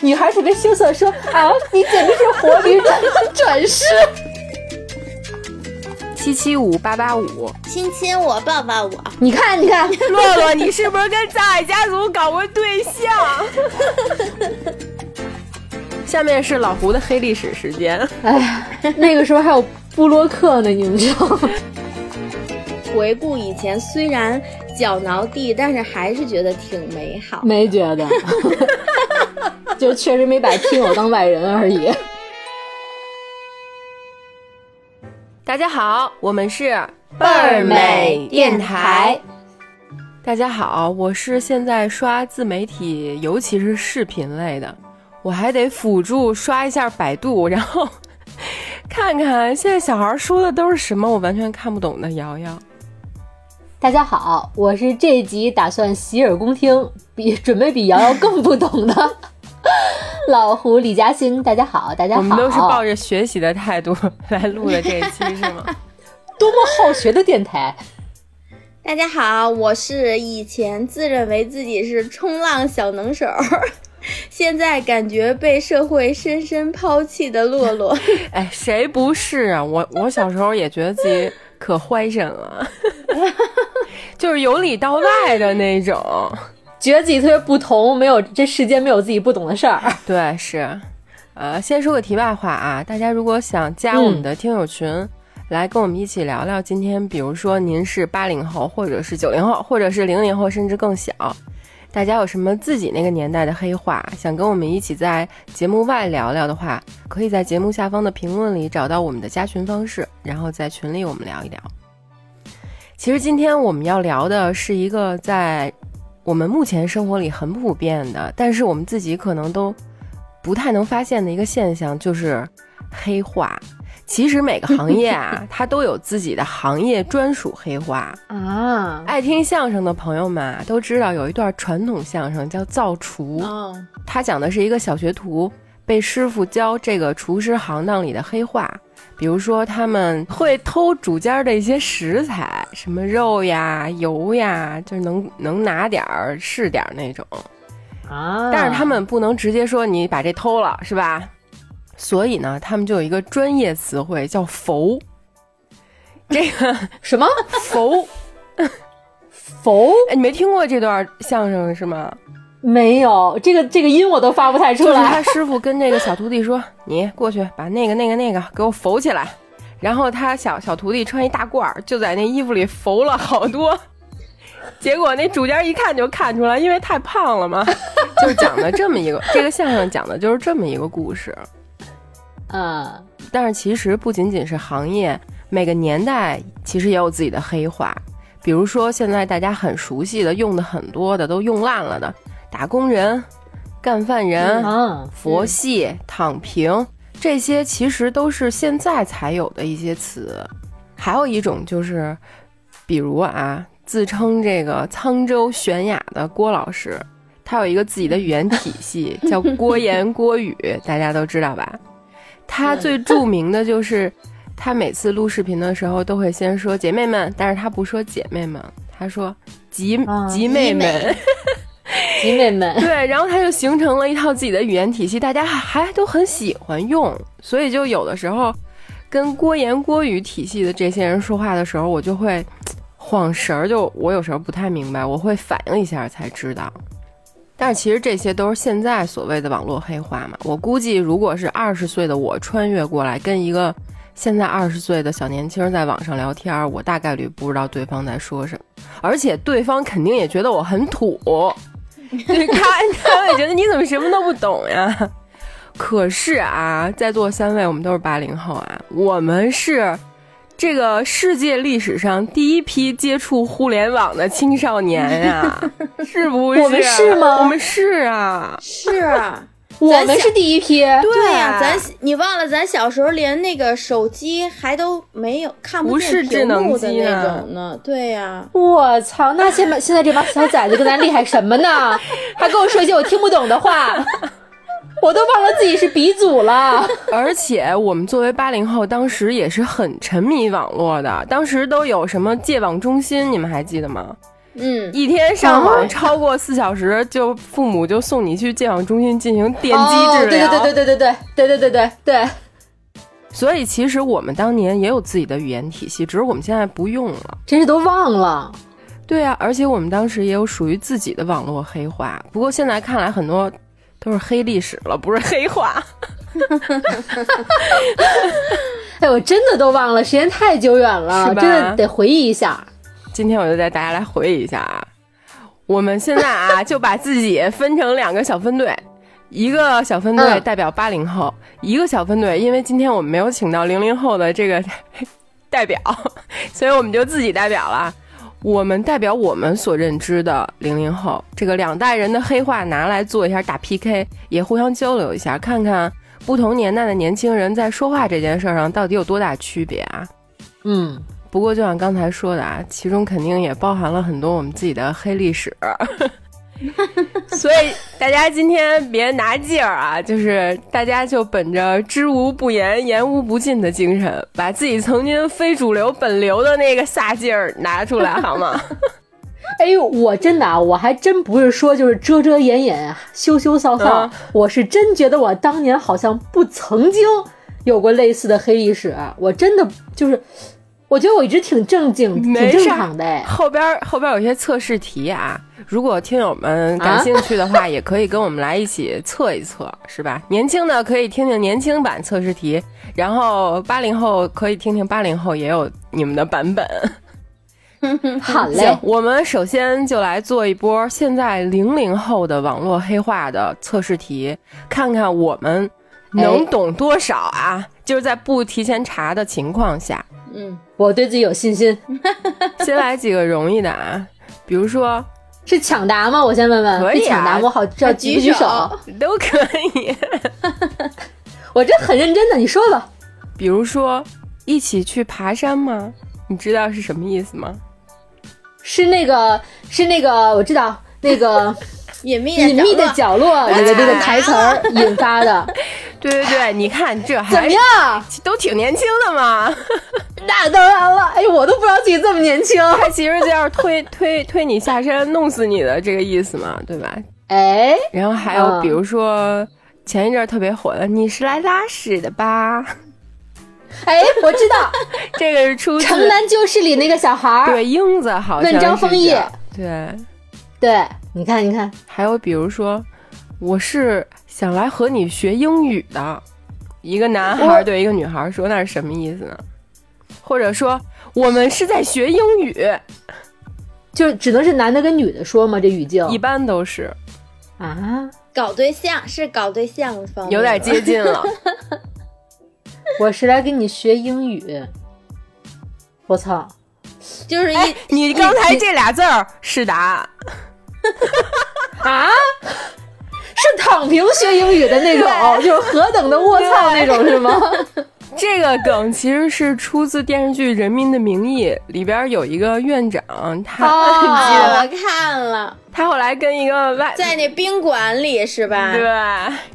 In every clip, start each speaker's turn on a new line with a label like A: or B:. A: 女孩特别羞涩地 说：“啊，你简直是活驴转转世。
B: 七七五八八 五，
C: 亲亲我，抱抱我，”
A: 你看，你看，
B: 洛洛，你是不是跟葬爱家族搞过对象？ 下面是老胡的黑历史时间，
A: 那个时候还有布洛克呢，你们知道吗？
C: 回顾以前，虽然脚挠地，但是还是觉得挺美好。
A: 没觉 得，就确实没把听友当外人而已。
B: 大家好，我们是倍
C: 儿美电台。
B: 大家好，我是现在刷自媒体，尤其是视频类的，我还得辅助刷一下百度，然后 看看现在小孩说的都是什么我完全看不懂的瑶瑶。
A: 大家好，我是这集打算洗耳恭听，比准备比瑶瑶更不懂的 老胡李嘉欣。大家好，大家好，
B: 我们都是抱着学习的态度来录的这一期，是吗？
A: 多么好学的电台。
C: 大家好，我是以前自认为自己是冲浪小能手，现在感觉被社会深深抛弃的洛洛。
B: 哎，谁不是啊？我我小时候也觉得自己可坏神了， 就是由里到外的那种。
A: 觉得自己特别不同，没有这世间没有自己不懂的事儿。
B: 对，是，呃，先说个题外话啊，大家如果想加我们的听友群，来跟我们一起聊聊今天，比如说您是八零后，或者是九零后，或者是零零后，甚至更小，大家有什么自己那个年代的黑话，想跟我们一起在节目外聊聊的话，可以在节目下方的评论里找到我们的加群方式，然后在群里我们聊一聊。其实今天我们要聊的是一个在我们目前生活里很普遍的，但是我们自己可能都不太能发现的一个现象，就是黑话。其实每个行业啊，它都有自己的行业专属黑话。
A: 啊，
B: 爱听相声的朋友们啊，都知道有一段传统相声叫造厨，
A: 嗯啊
C: 哦，
B: 它讲的是一个小学徒被师傅教这个厨师行当里的黑话，比如说他们会偷主家的一些食材，什么肉呀、油呀，就是能能拿点儿是点儿那种。
A: 啊
B: 但是他们不能直接说你把这偷了，是吧？所以呢，他们就有一个专业词汇叫“佛
A: 啊什么”，
B: 佛，
A: 否
B: 哎，你没听过这段相声是吗？
A: 没有这个这个音我都发不太出
B: 就是
A: 来
B: 他。师傅跟这个小徒弟说：“你过去把那个、那个、那个给我缝起来。”然后他小小徒弟穿一大褂儿，就在那衣服里缝了好多。 结果那主家一看就看出来，因为太胖了嘛，就讲的这么一个这个相声讲的就是这么一个故事。
A: 嗯，
B: 但是其实不仅仅是行业，每个年代其实也有自己的黑话。比如说现在大家很熟悉的、用的很多的、都用烂了的，打工人、干饭人、
A: 啊，
B: 佛系、躺平，这些其实都是现在才有的一些词。还有一种就是，比如啊，自称这个沧州玄雅的郭老师，他有一个自己的语言体系，叫郭言郭语，大家都知道吧？他最著名的就是，他每次录视频的时候都会先说姐妹们，但是他不说姐妹们，他说集
A: 啊
B: 集妹们。
A: 集妹们，
B: 对，然后它就形成了一套自己的语言体系，大家还都很喜欢用，所以就有的时候跟郭言郭语体系的这些人说话的时候，我就会晃神儿，就我有时候不太明白，我会反应一下才知道。但是其实这些都是现在所谓的网络黑话嘛。我估计，如果是二十岁的我穿越过来，跟一个现在二十岁的小年轻在网上聊天儿，我大概率不知道对方在说什么，而且对方肯定也觉得我很土， 对他他会觉得你怎么什么都不懂呀？可是啊，在座三位我们都是八零后啊，我们是这个世界历史上第一批接触互联网的青少 年呀、是不是？啊
A: 我们是吗
B: 我们是啊，
C: 是啊，
A: 我们是第一批。
C: 对呀、咱你忘了咱小时候连那个手机还都没有看
B: 不
C: 见
B: 是智
C: 屏幕
B: 能
C: 的
B: 机
C: 那
B: 呢
C: 种呢，对呀、
A: 我操！那现在现在这帮小崽子跟咱厉害什么 呢？还跟我说一些我听不懂的话，我都忘了自己是鼻祖了。
B: 而且我们作为八零后，当时也是很沉迷网络的，当时都有什么戒网中心，你们还记得吗？
C: 嗯，
B: 一天上
A: 哦
B: 网超过四小时，就父母就送你去健网中心进行电击啊
A: 哦
B: 治疗。
A: 对对对对对对对对对对对，
B: 所以其实我们当年也有自己的语言体系，只是我们现在不用了。
A: 真是都忘了。
B: 对啊，而且我们当时也有属于自己的网络黑话，不过现在看来很多都是黑历史了，不是黑话。
A: 哎，我真的都忘了，时间太久远了，
B: 是吧
A: 真的得回忆一下。
B: 今天我就带大家来回忆一下啊，我们现在啊就把自己分成两个小分队，一个小分队
A: 嗯
B: 代表八零后，一个小分队，因为今天我们没有请到零零后的这个 代表，所以我们就自己代表了。我们代表我们所认知的零零后，这个两代人的黑话拿来做一下打 PK，也互相交流一下，看看不同年代的年轻人在说话这件事儿上到底有多大区别啊。
A: 嗯，
B: 不过就像刚才说的啊，其中肯定也包含了很多我们自己的黑历史，所以大家今天别拿劲儿啊，就是大家就本着知无不言、言无不尽的精神，把自己曾经非主流本流的那个飒劲儿拿出来好吗？
A: 哎呦，我真的啊，我还真不是说就是遮遮掩掩、啊羞羞臊臊，
B: 嗯
A: 我是真觉得我当年好像不曾经有过类似的黑历史，啊我真的就是，我觉得我一直挺正经、挺
B: 没
A: 正
B: 事儿
A: 常的 哎。
B: 后边儿后边儿有些测试题啊，如果听友们感兴趣的
A: 啊
B: 话，也可以跟我们来一起测一测，是吧？年轻的可以听听年轻版测试题，然后八零后可以听听八零后也有你们的版本。
A: 好嘞
B: 行，，我们首先就来做一波现在零零后的网络黑化的测试题，看看我们能
A: 哎
B: 懂多少啊？就是在不提前查的情况下，
C: 嗯，
A: 我对自己有信心。
B: 先来几个容易的啊，比如说
A: 是抢答吗？我先问问，
B: 可以啊
A: 是抢答吗？我好知道举不举手？
B: 都可以。
A: 我这很认真的，你说吧。
B: 比如说，一起去爬山吗？你知道是什么意思吗？
A: 是那个，是那个，我知道那 个
C: 隐秘
A: 隐秘的
C: 角
A: 角落里的这个台词儿引发的，
B: 对对对，你看这
A: 怎么
B: 还
A: 样？
B: 都挺年轻的嘛。
A: 那当然了，哎，我都不知道自己这么年轻。
B: 他其实就是推推推你下山，弄死你的这个意思嘛，对吧？
A: 哎，
B: 然后还有比如说。前一阵儿特别火的，你是来拉屎的吧？
A: 哎，我知道
B: 这个是出
A: 《
B: 自
A: 城南旧事》里那个小孩儿，
B: 对英子好像
A: 问张丰毅
B: 是叫对，
A: 对，你看，你看，
B: 还有比如说，我是想来和你学英语的，一个男孩儿对一个女孩儿说，那是什么意思呢？或者说，我们是在学英语，
A: 就是只能是男的跟女的说嘛，这语境
B: 一般都是
A: 啊。
C: 搞对象是搞对象方面，
B: 有点接近了。
A: 我是来跟你学英语。我操，
C: 就是一、
B: 你刚才这俩字儿是答案，
A: 啊，是躺平学英语的那种，就是何等的卧槽那种是吗？
B: 这个梗其实是出自电视剧《人民的名义》里边儿有一个院长，他你记得
C: 哦，
B: 吧？
C: 我看了，
B: 他后来跟一个外
C: 在那宾馆里是吧？
B: 对，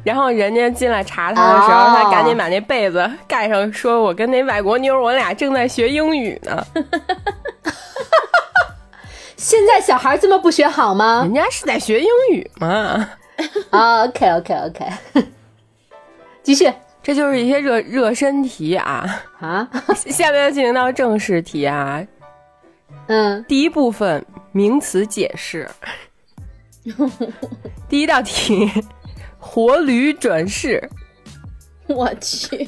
B: 然后人家进来查他的时候，
A: 哦
B: 他赶紧把那被子盖上，说我跟那外国妞儿，我俩正在学英语呢。
A: 现在小孩这么不学好吗
B: 人家是在学英语嘛，
A: ？OK OK OK，继续
B: 这就是一些热热身题啊。
A: 啊，
B: 下面进行到正式题啊，
A: 嗯，
B: 第一部分名词解释。第一道题，活驴转世，
C: 我去，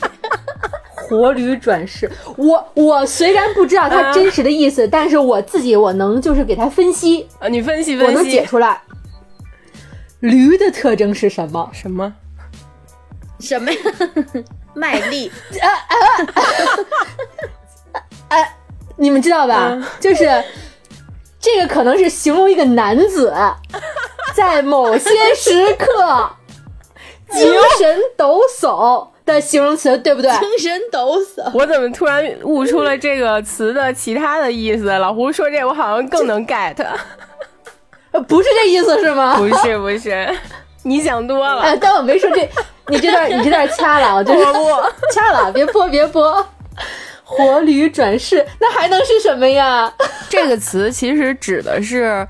A: 活驴转世，我我虽然不知道
B: 嗯
A: 它真实的意思，但是我自己我能就是给它分析，
B: 啊，你分析
A: 我
B: 分
A: 能解
B: 析
A: 出来。驴的特征是什么？
B: 什么？
C: 什么呀？卖力，
A: 你们知道吧？
B: 嗯
A: 就是这个可能是形容一个男 子在某些时刻精神抖擞的形容词，对不对？
C: 精神抖擞，
B: 我怎么突然悟出了这个词的其他的意思？老胡说这，我好像更能 get。
A: 呃不是这意思是吗？
B: 不是不是，你想多了。
A: 哎，但我 没说这，你这段你这段掐了，啊，就是
B: 我不，
A: 掐了，别播别播。 活驴转世，那还能是什么呀？
B: 这个词其实指的是，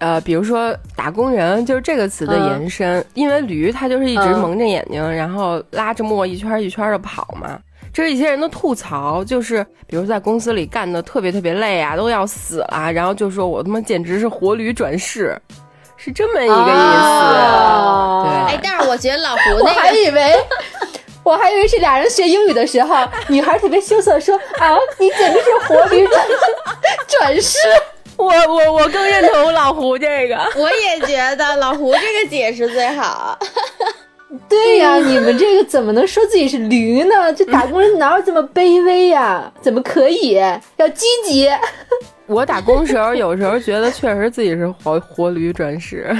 B: 呃，比如说打工人，就是这个词的延伸。因为驴它就是一直
A: 嗯
B: 蒙着眼睛，然后拉着磨一圈一圈的跑嘛。这是一些人的吐槽，就是比如在公司里干的特别特别累啊，都要死啦，然后就说我他妈简直是活驴转世，是这么一个意思。啊
A: 哦
B: 对
C: 哎，但是我觉得老胡
A: 我
C: 那
A: 还
C: 个
A: 以 为，我还以为是俩人学英语的时候，女孩特别羞涩地说：“啊，你简直是活驴转转世。
B: 我我我更认同老胡这个。
C: 我也觉得老胡这个解释最好。”
A: 对呀、你们这个怎么能说自己是驴呢？这打工人哪有这么卑微呀、怎么可以？要积极。
B: 我打工时候，有时候觉得确实自己是活活驴转世。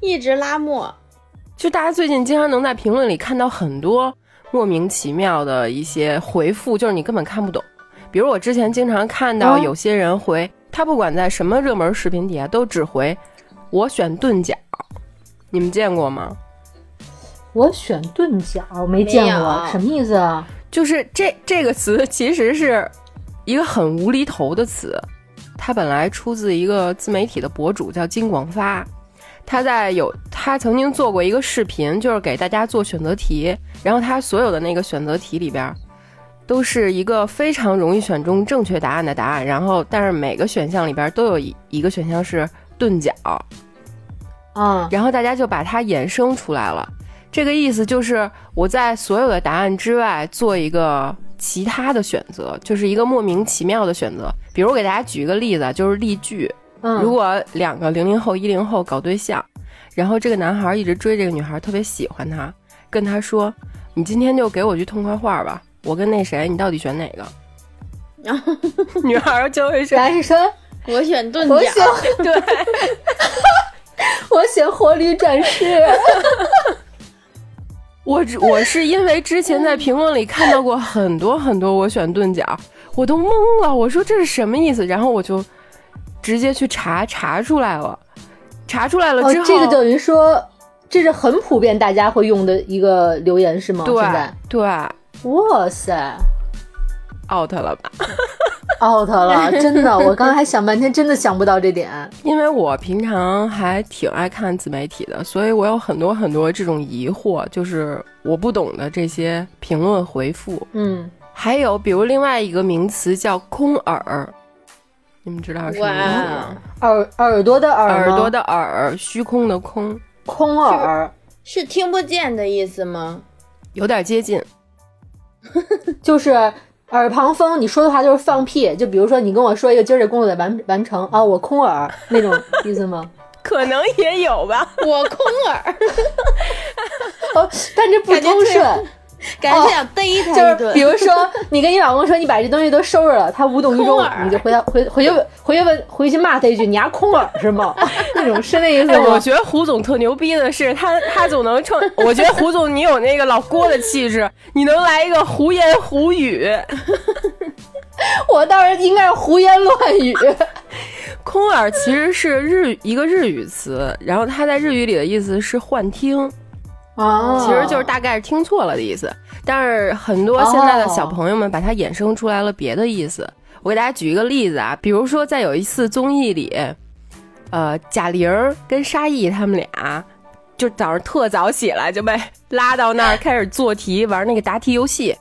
C: 一直拉磨，
B: 就大家最近经常能在评论里看到很多莫名其妙的一些回复，就是你根本看不懂。比如我之前经常看到
A: 哦
B: 有些人回，他不管在什么热门视频底下都只回“我选钝角”，你们见过吗？
A: 我选钝角，没
C: 见
A: 见
C: 过
A: 过，什么意思啊？
B: 就是这这个词其实是一个很无厘头的词，它本来出自一个自媒体的博主叫金广发，他在有他曾经做过一个视频，就是给大家做选择题，然后他所有的那个选择题里边。都是一个非常容易选中正确答案的答案，然后但是每个选项里边都有一一个选项是钝角，
A: 啊、
B: 然后大家就把它衍生出来了。这个意思就是我在所有的答案之外做一个其他的选择，就是一个莫名其妙的选择。比如我给大家举一个例子啊，就是例句：
A: 嗯，
B: 如果两个零零后、一零后搞对象，然后这个男孩一直追这个女孩，特别喜欢她，跟她说：“你今天就给我句痛快话吧，我跟那谁，你到底选哪个？”女孩就会说
A: 答案是说，
C: 我选钝
A: 我
C: 角。
A: 选
B: 对，
A: 我选活驴转世。
B: 我只我是因为之前在评论里看到过很多很多我选钝角，我都懵了，我说这是什么意思？然后我就直接去查，查出来了，查出来了
A: 哦
B: 之后，，
A: 这个等于说这是很普遍大家会用的一个留言是吗？现
B: 对
A: 在，
B: 对
A: 哇塞
B: out 了吧？
A: ，out 了，真的，我刚才还想半天，真的想不到这点。
B: 因为我平常还挺爱看自媒体的，所以我有很多很多这种疑惑，就是我不懂的这些评论回复。
A: 嗯，
B: 还有比如另外一个名词叫空耳，你们知道是什么意思吗？
A: 耳耳朵的耳吗，
B: 耳朵的耳，虚空的空，
A: 空耳，
C: 是听不见的意思吗？
B: 有点接近。
A: 就是。耳旁风，你说的话就是放屁，就比如说你跟我说一个今儿这工作得完完成啊、我空耳那种意思吗？
B: 可能 也有吧。
C: 我 空耳，
A: 哦，但这不
C: 感觉
A: 通
C: 这
A: 顺，
C: 感觉想逮他
A: 哦就
C: 一
A: 是
C: 顿。
A: 比如说， 你跟你老公说你把这东西都收拾了，他无动于衷
C: 空耳，
A: 你就回他回回去回去问回去骂他一句：“你丫空耳是吗？” 那种是那意思
B: 哎，我
A: 吗？
B: 觉得胡总特牛逼的是，他他总能创。 我觉得胡总你有那个老郭的气质，你能来一个胡言胡语，
A: 我倒是应该是胡言乱 语。
B: 空耳其实是日一个日语词，然后它在日语里的意思是幻听，
A: 啊
C: 哦
B: 其实就是大概是听错了的意思。但是很多现在的小朋友们把它衍生出来了别的意思。我给大家举一个例子啊，比如说在有一次综艺里，呃，贾玲儿跟沙溢他们俩就早上特早起来就被拉到那儿开始做题，玩那个答题游戏。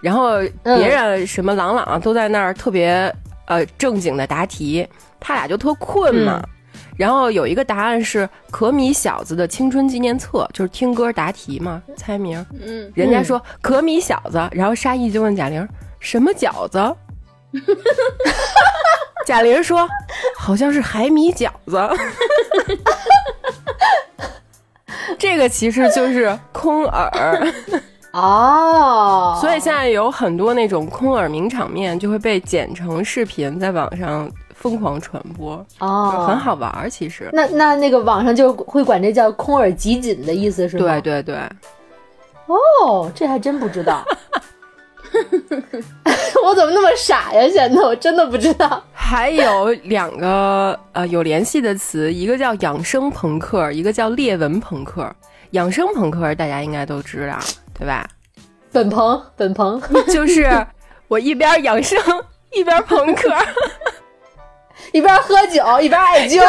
B: 然后别人什么朗朗都在那儿特别呃正经的答题，他俩就特困嘛。然后有一个答案是可米小子的青春纪念册，就是听歌答题嘛，猜名。
C: 嗯，
B: 人家说可米小子，然后沙溢就问贾玲什么饺子，贾玲说好像是海米饺子。 这个其实就是空耳，
A: 哦，
B: 所以现在有很多那种空耳名场面就会被剪成视频，在网上疯狂传播，
A: 哦
B: 很。好玩儿。其实，
A: 那那那个网上就会管这叫空耳集锦的意思是吗？
B: 对对对，
A: 哦，这还真不知道。 我怎么那么傻呀？显得我真的不知道。
B: 还有两个呃有联系的词，一个叫养生朋 克，一个叫裂纹朋克。养生朋克大家应该都知道，对吧？
A: 本棚本棚，
B: 就是我一边养生一边朋 克，
A: 一边喝酒一边艾 灸，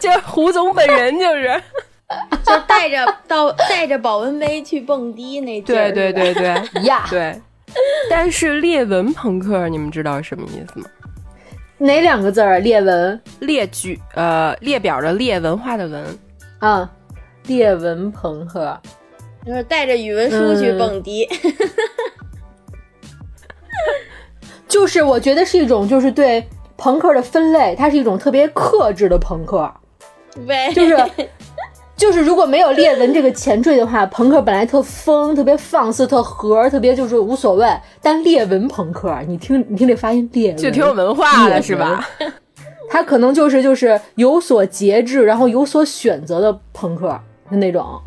B: 就是胡总本人就是。
C: 就带着到带着保温杯去蹦迪那劲儿
B: 对对，对对
A: 呀，
B: 对。但是列文朋克，你们知道是什么意思吗？
A: 哪两个字儿？啊列文
B: 列举呃列表的列，文化的文。
A: 啊，列文朋克，
C: 就是带着语文书去蹦迪，
A: 就是我觉得是一种就是对朋克的分类，它是一种特别克制的朋克，
C: 对，
A: 就是 就是如果没有列文这个前缀的话，朋克本来特疯、特别放肆、特和、特别就是无所谓，但列文朋克，你听你听这发音，列文
B: 就挺有嗯文化
A: 列
B: 的
A: 文
B: 是吧？
A: 他可能就是就是有所节制，然后有所选择的朋克就那种，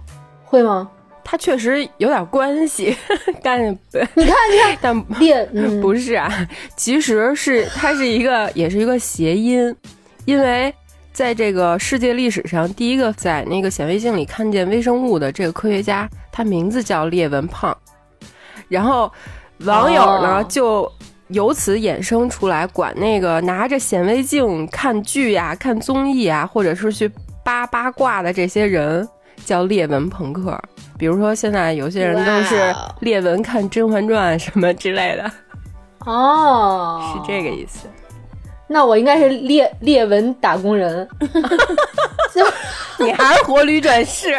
A: 会吗？
B: 它确实有点关系， 但对，
A: 你看你看
B: 但
A: 列嗯
B: 不是啊，其实是它是一个，也是一个谐音，因为在这个世界历史上，第一个在那个显微镜里看见微生物的这个科学家，他名字叫列文胖，然后网友呢、
A: 哦
B: 就由此衍生出来，管那个拿着显微镜看剧呀、看综艺啊，或者是去扒八卦的这些人。叫列文朋克，比如说现在有些人都是
C: 哇哦
B: 列文看《甄嬛传》什么之类的，
A: 哦，
B: 是这个意 思。
A: 那我应该是列列文打工人，
B: 你还是活驴转世，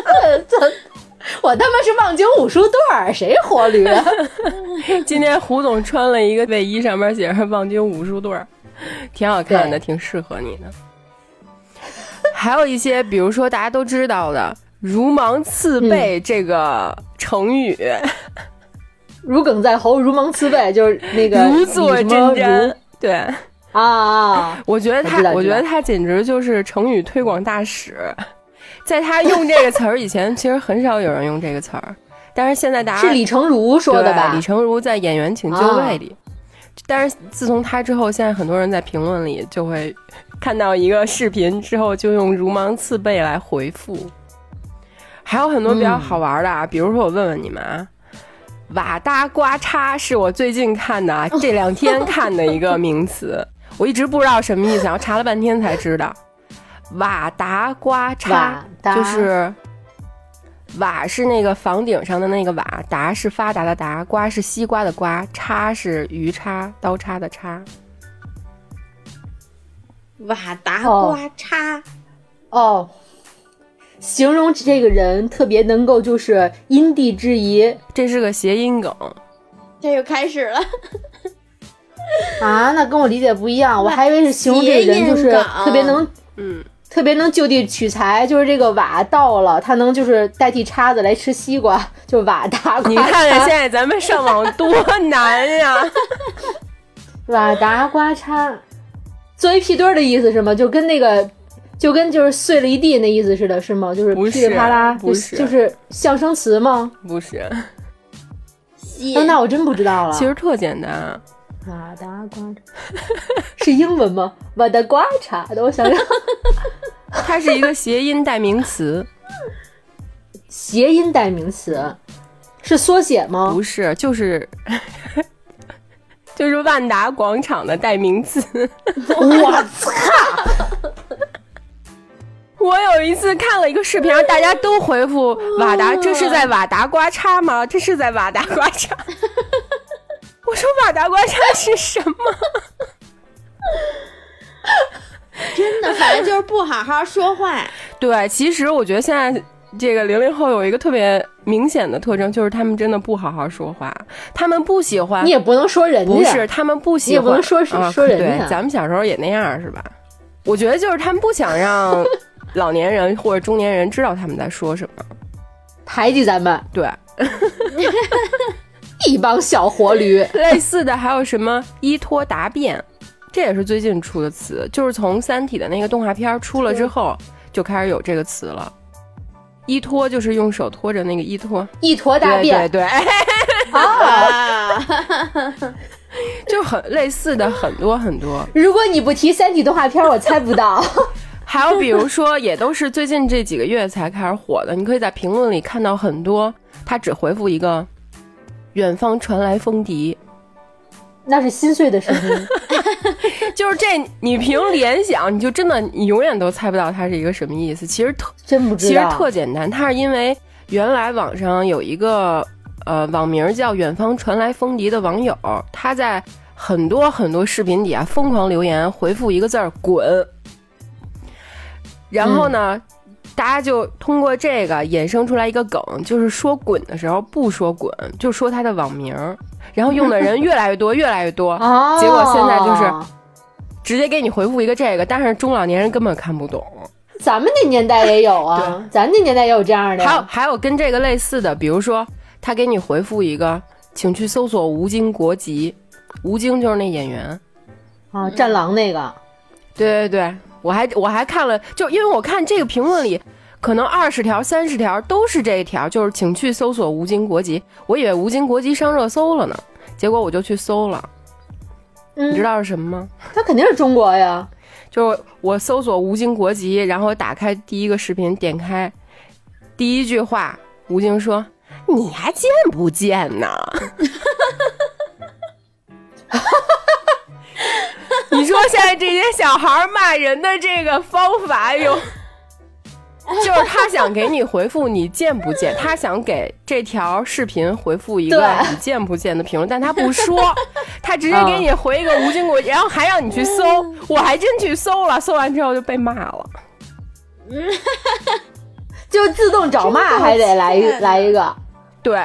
A: 我他妈是望京武术队儿，谁活驴 啊？
B: 今天胡总穿了一个卫衣，上面写着“望京武术队儿”，挺好看
A: 对
B: 的，挺适合你的。还有一些，比如说大家都知道的“如芒刺背”这个成 语，
A: 如鲠在喉，如芒刺背，就是那个
B: 如坐针毡。对，
A: 啊啊！
B: 我觉得
A: 我知
B: 他，
A: 道
B: 我觉得他简直就是成语推广大使。在他用这个词儿以前，其实很少有人用这个词儿，但是现在大家
A: 是李成儒说的
B: 啊对
A: 吧啊
B: 李？成儒在《演员请就位》里，但是自从他之后，现在很多人在评论里就会看到一个视频之后，就用“如芒刺背”来回复。还有很多比较
A: 嗯
B: 好玩的啊，比如说我问问你们啊，瓦达瓜叉是我最近看的啊，
A: 哦
B: 这两天看的一个 名词，我一直不知道什么意思，然后查了半天才知道，瓦达瓜叉
A: 瓦达
B: 就是瓦是那个房顶上的那个瓦，达是发达的达，瓜是西瓜的瓜，叉是鱼叉、刀叉的叉。
C: 瓦达
A: 哦
C: 瓜叉，
A: 哦，形容这个人特别能够就是因地制宜
B: 这是个谐音梗，
C: 这又开始了，
A: 啊，那跟我理解不一样，我还以为是形容这个人就是
C: 谐音梗
A: 特别能
B: 嗯，
A: 特别能就地取材，就是这个瓦到了，他能就是代替叉子来吃西瓜，就瓦达瓜
B: 你
A: 叉。
B: 看看现在咱们上网多难啊呀！
A: 瓦达瓜叉，作为屁墩儿的意思是吗？就跟那个，就跟就是碎了一地那意思似的，是吗？就是
B: 不是
A: 噼里啪啦，
B: 不是
A: 就就是象声词吗？
B: 不是，
C: 西
A: 那那我真不知道了。
B: 其实特简单啊，
A: 瓦达瓜叉是英文吗？瓦达瓜叉，等我想想，
B: 它是一个谐音代名词，
A: 谐音代名词是缩写吗
B: 不？是，就是哦 就是万达广场的代名词。
A: 我操！
B: 我有一次看了一个视频，然后大家都回复瓦达，这是在瓦达刮痧吗？这是在瓦达刮痧。 我说瓦达刮痧是什么？
C: 真的，反正就是不好好 说话，
B: 对，其实我觉得现在这个零零后有一个特别明显的特征，就是他们真的不好好说话，他们不喜欢
A: 你。也不能说人家
B: 不是，他们不喜
A: 你
B: 欢，
A: 也不能说是
B: 啊
A: 说人家
B: 对，咱们小时候也那样，是吧？我觉得就是他们不 想让老年人或者中年人知道他们在说什么。
A: 排挤咱们
B: 对，
A: 一帮小活驴。
B: 类似的还有什么依托答辩，这也是最近出的词，就是从《三体》的那个动画片出了之后，就开始有这个词了。依托就是用手托着那个依托，
A: 一坨大便，
B: 对哎对
A: 哦
C: 啊，
B: 对，就很类似的很多很多。
A: 如果你不提《三体》动画片，我猜不到。
B: 还有比如说，也都是最近这几个月才开始火的，你可以在评论里看到很多，他只回复一个远方传来风笛，
A: 那是心碎的声音。
B: 就是这，你凭联想，你就真的你永远都猜不到它是一个什么意思。其实特
A: 真不
B: 其
A: 知
B: 实
A: 道，
B: 特简单，它是因为原来网上有一个呃网名叫“远方传来风笛”的网友，他在很多很多视频底下疯狂留言，回复一个字儿“滚”，然后
A: 嗯
B: 呢，大家就通过这个衍生出来一个梗，就是说“滚”的时候不说“滚”，就说他的网名儿，然后用的人越来越多，越来越多，
A: 哦，
B: 结果现在就是直接给你回复一个这个，但是中老年人根本看不懂。
A: 咱们那年代也有啊，咱那年代也有这样的呀。
B: 还有还有跟这个类似的，比如说他给你回复一个，请去搜索吴京国籍，吴京就是那演员。
A: 啊，战狼那个，
B: 对对对，我还我还看了，就因为我看这个评论里。可能二十条、三十条都是这一条，就是请去搜索吴京国籍。我以为吴京国籍上热搜了呢，结果我就去搜了。
A: 嗯
B: 你知道是什么吗？
A: 他肯定是中国呀。
B: 就是我搜索吴京国籍，然后打开第一个视频，点开第一句话，吴京说：“你还见不见呢？” 你说现在这些小孩骂人的这个方法有，就是他想给你回复你见不见，他想给这条视频回复一个
A: 对
B: 你见不见的评论，但他不 说，他直接给你回一个吴京国，然后还让你去搜，我还真去搜了，搜完之后就被骂了。
A: 就自动找骂，还得来一
C: 真的好贱啊
A: 来一个
B: 对，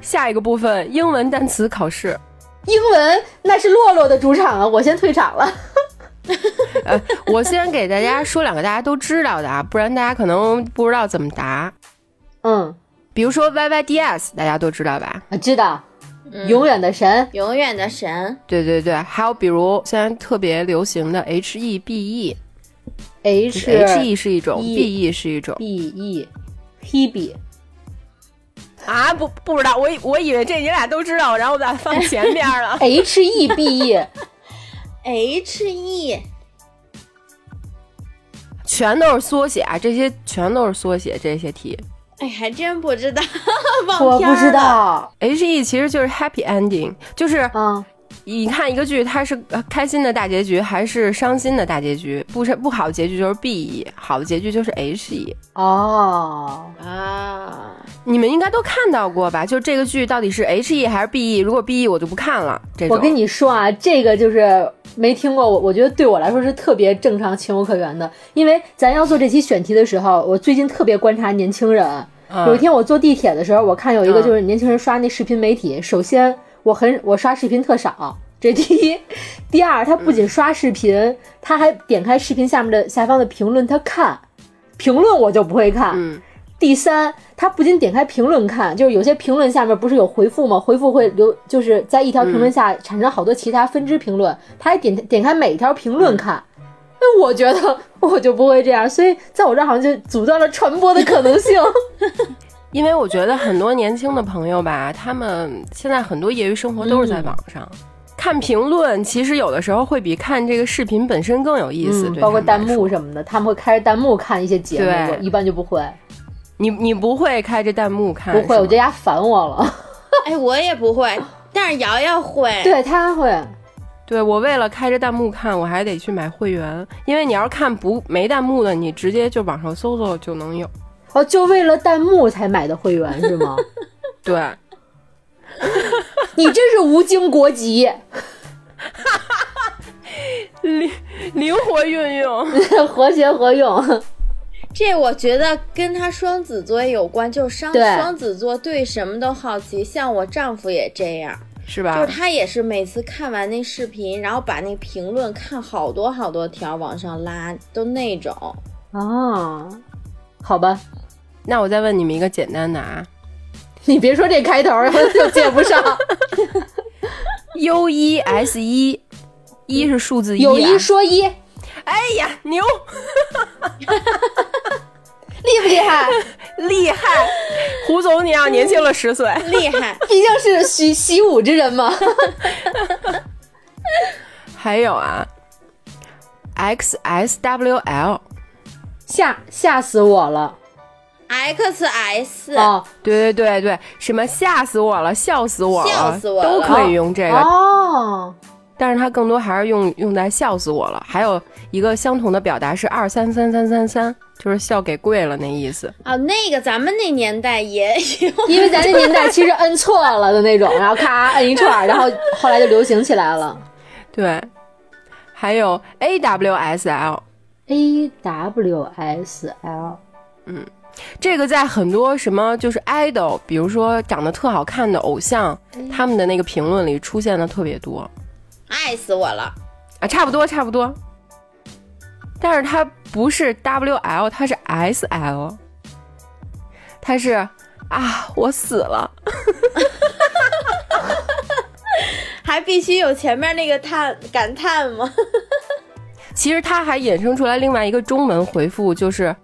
B: 下一个部分英文单词考试，
A: 英文，那是洛洛的主场啊！我先退场了。
B: 呃，我先给大家说两个大家都知道的啊，不然大家可能不知道怎么答。
A: 嗯，
B: 比如说 YYDS，大家都知道吧？
A: 我知道，
B: 嗯
A: 永远的神，
C: 永远的神
B: 对对对，还有比如现在特别流行的 E HEBE，
A: H
B: HE 是一种
A: E
B: ，BE 是一种
A: B E Hebe，
B: 啊，不不知道，我以我以为这你俩都知道，然后我把它放前边儿了。
A: H E B E，
C: ，H E
B: 全都是缩写啊，这些全都是缩写，这些题。
C: 哎，还真不知道，
A: 我
C: 忘片
A: 不
C: 儿
A: 知
C: 了。
A: 道。
B: H E 其实就是 happy ending，就是
A: 嗯，
B: 你看一个剧，它是呃开心的大结局还是伤心的大结局？不是不好结局就是 B E，好的结局就是 H E。
A: 哦，
C: 啊，
B: 你们应该都看到过吧？就这个剧到底是 H E 还是 B E？如果 B E 我就不看了。这种
A: 我跟你说啊，这个就是没听过，我我觉得对我来说是特别正常、情有可原的。因为咱要做这期选题的时候，我最近特别观察年轻人。啊有一天我坐地铁的时候，我看有一个
B: 嗯
A: 就是年轻人刷那视频媒体。首先，我很我刷视频特少，这第一。第二，他不仅刷视频，他还点开视频下面的下方的评论，他看评论我就不会看。
B: 嗯
A: 第三，他不仅点开评论看，就是有些评论下面不是有回复吗？回复会留，就是在一条评论下产生好多其他分支评论，他还点点开每一条评论看。
B: 嗯
A: 那我觉得我就不会这样，所以在我这儿好像就阻断了传播的可能性。
B: 因为我觉得很多年轻的朋友吧，他们现在很多业余生活都是
A: 嗯
B: 在网上、看评论，其实有的时候会比看这个视频本身更有意思，对
A: 嗯包括
B: 他
A: 弹
B: 们来说
A: 幕什么的，他们会开着弹幕看一些节目，
B: 对
A: 我一般就不会，
B: 你你不会开这弹幕看？
A: 不会，
B: 是
A: 我
B: 吗
A: 觉得丫烦我了。
C: 哎，我也不会，但是瑶瑶会。
A: 哦
B: 哎
A: 对，他会，
B: 对我为了开着弹幕看，我还得去买会员，因为你要是看不没弹幕的，你直接就网上搜搜就能有。
A: 哦，就为了弹幕才买的会员是吗？
B: 对，
A: 你真是无精国籍，
B: 灵灵活运用。
A: 和谐合用。
C: 这我觉得跟他双子座也有关，就是双
A: 对
C: 双子座对什么都好奇，像我丈夫也这样，
B: 是
C: 就是
B: 吧？
C: 他也是每次看完那视频，然后把那评论看好多好多条往上拉，都那种。
A: 啊，好吧，
B: 那我再问你们一个简单的啊，
A: 你别说这开头儿就接不 上。
B: U 一 S 一，一是数字一、啊。
A: 有一说一，厉
B: 哎呀，牛，
A: 不厉害？
B: 厉害！胡总，你啊要年轻了十岁。
C: 厉害
A: 毕竟是习习武之人 嘛。
B: 还有啊，X S W L，
A: 吓吓死我了！
C: X S，、
A: 哦
B: 对对对对，什么吓死我了，笑死我了，
C: 笑死我了
B: 都可以用这个，
A: 哦，
B: 但是它更多还是用用在笑死我了。还有一个相同的表达是二三三三三三，就是笑给跪了那意思。
C: 哦，那个咱们那年代也 有，
A: 因为咱那年代其实摁错了的那种，然后咔摁一串，然后后来就流行起来了。
B: 对，还有 A W S L，
A: A W S L，
B: 这个在很多什么就是 idol，比如说长得特好看的偶像，
C: 嗯
B: 他们的那个评论里出现的特别多
C: 爱死我了。
B: 啊，差不多差不多。但是它不是 W L，它是 S L，它是啊，我死了，
C: 还必须有前面那个叹感叹吗？
B: 其实它还衍生出来另外一个中文回复，就是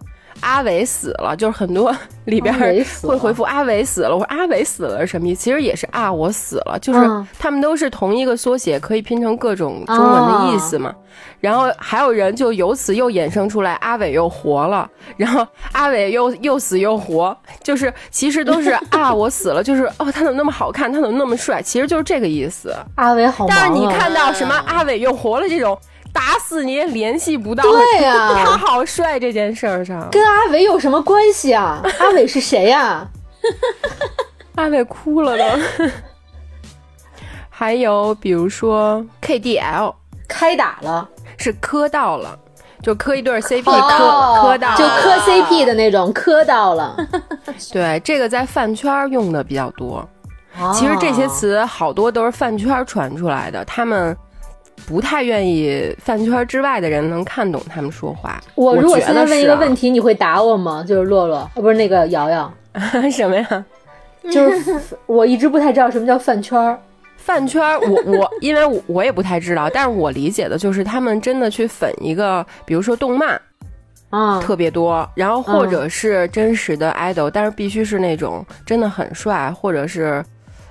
B: 阿伟死了，就是很多里边
A: 阿伟死了
B: 会回复阿伟死了，我说阿伟死了是什么意思？其实也是啊，我死了，就是
A: 嗯
B: 他们都是同一个缩写，可以拼成各种中文的意思嘛。
A: 啊
B: 然后还有人就由此又衍生出来阿伟又活了，然后阿伟又又死又活，就是其实都是啊我死了，就是哦他怎么那么好看，他怎么那么帅，其实就是这个意思。
A: 阿伟好忙、啊。
B: 但是你看到什么阿伟又活了这种，打死你也联系不到。
A: 对呀
B: 他好帅这件事儿上，
A: 跟阿伟有什么关系啊？阿伟是谁呀、
B: 阿伟哭了都。 还有比如说 KDL
A: 开打了，
B: 是磕到了，就磕一对 CP 磕、
A: 哦
B: 磕到了，
A: 就磕 CP 的那种，磕到了。
B: 对这个在饭圈儿用的比较多。 其实这些
A: 哦，
B: 词好多都是饭圈儿传出来的，他们。不太愿意饭圈儿之外的人能看懂他们说话。
A: 哦我如果
B: 觉
A: 现
B: 得
A: 在问一
B: 是
A: 个
B: 啊
A: 问题，你会答我吗？就是洛洛，呃不是那个瑶瑶，
B: 什么呀？
A: 就是 我一直不太知道什么叫饭圈儿。
B: 饭圈儿，我我因为我我也不太知道，但是我理解的就是他们真的去粉一个，比如说动漫
A: 啊、
B: 特别多，然后
A: 嗯
B: 或者是真实的 idol，、但是必须是那种真的很帅，或者是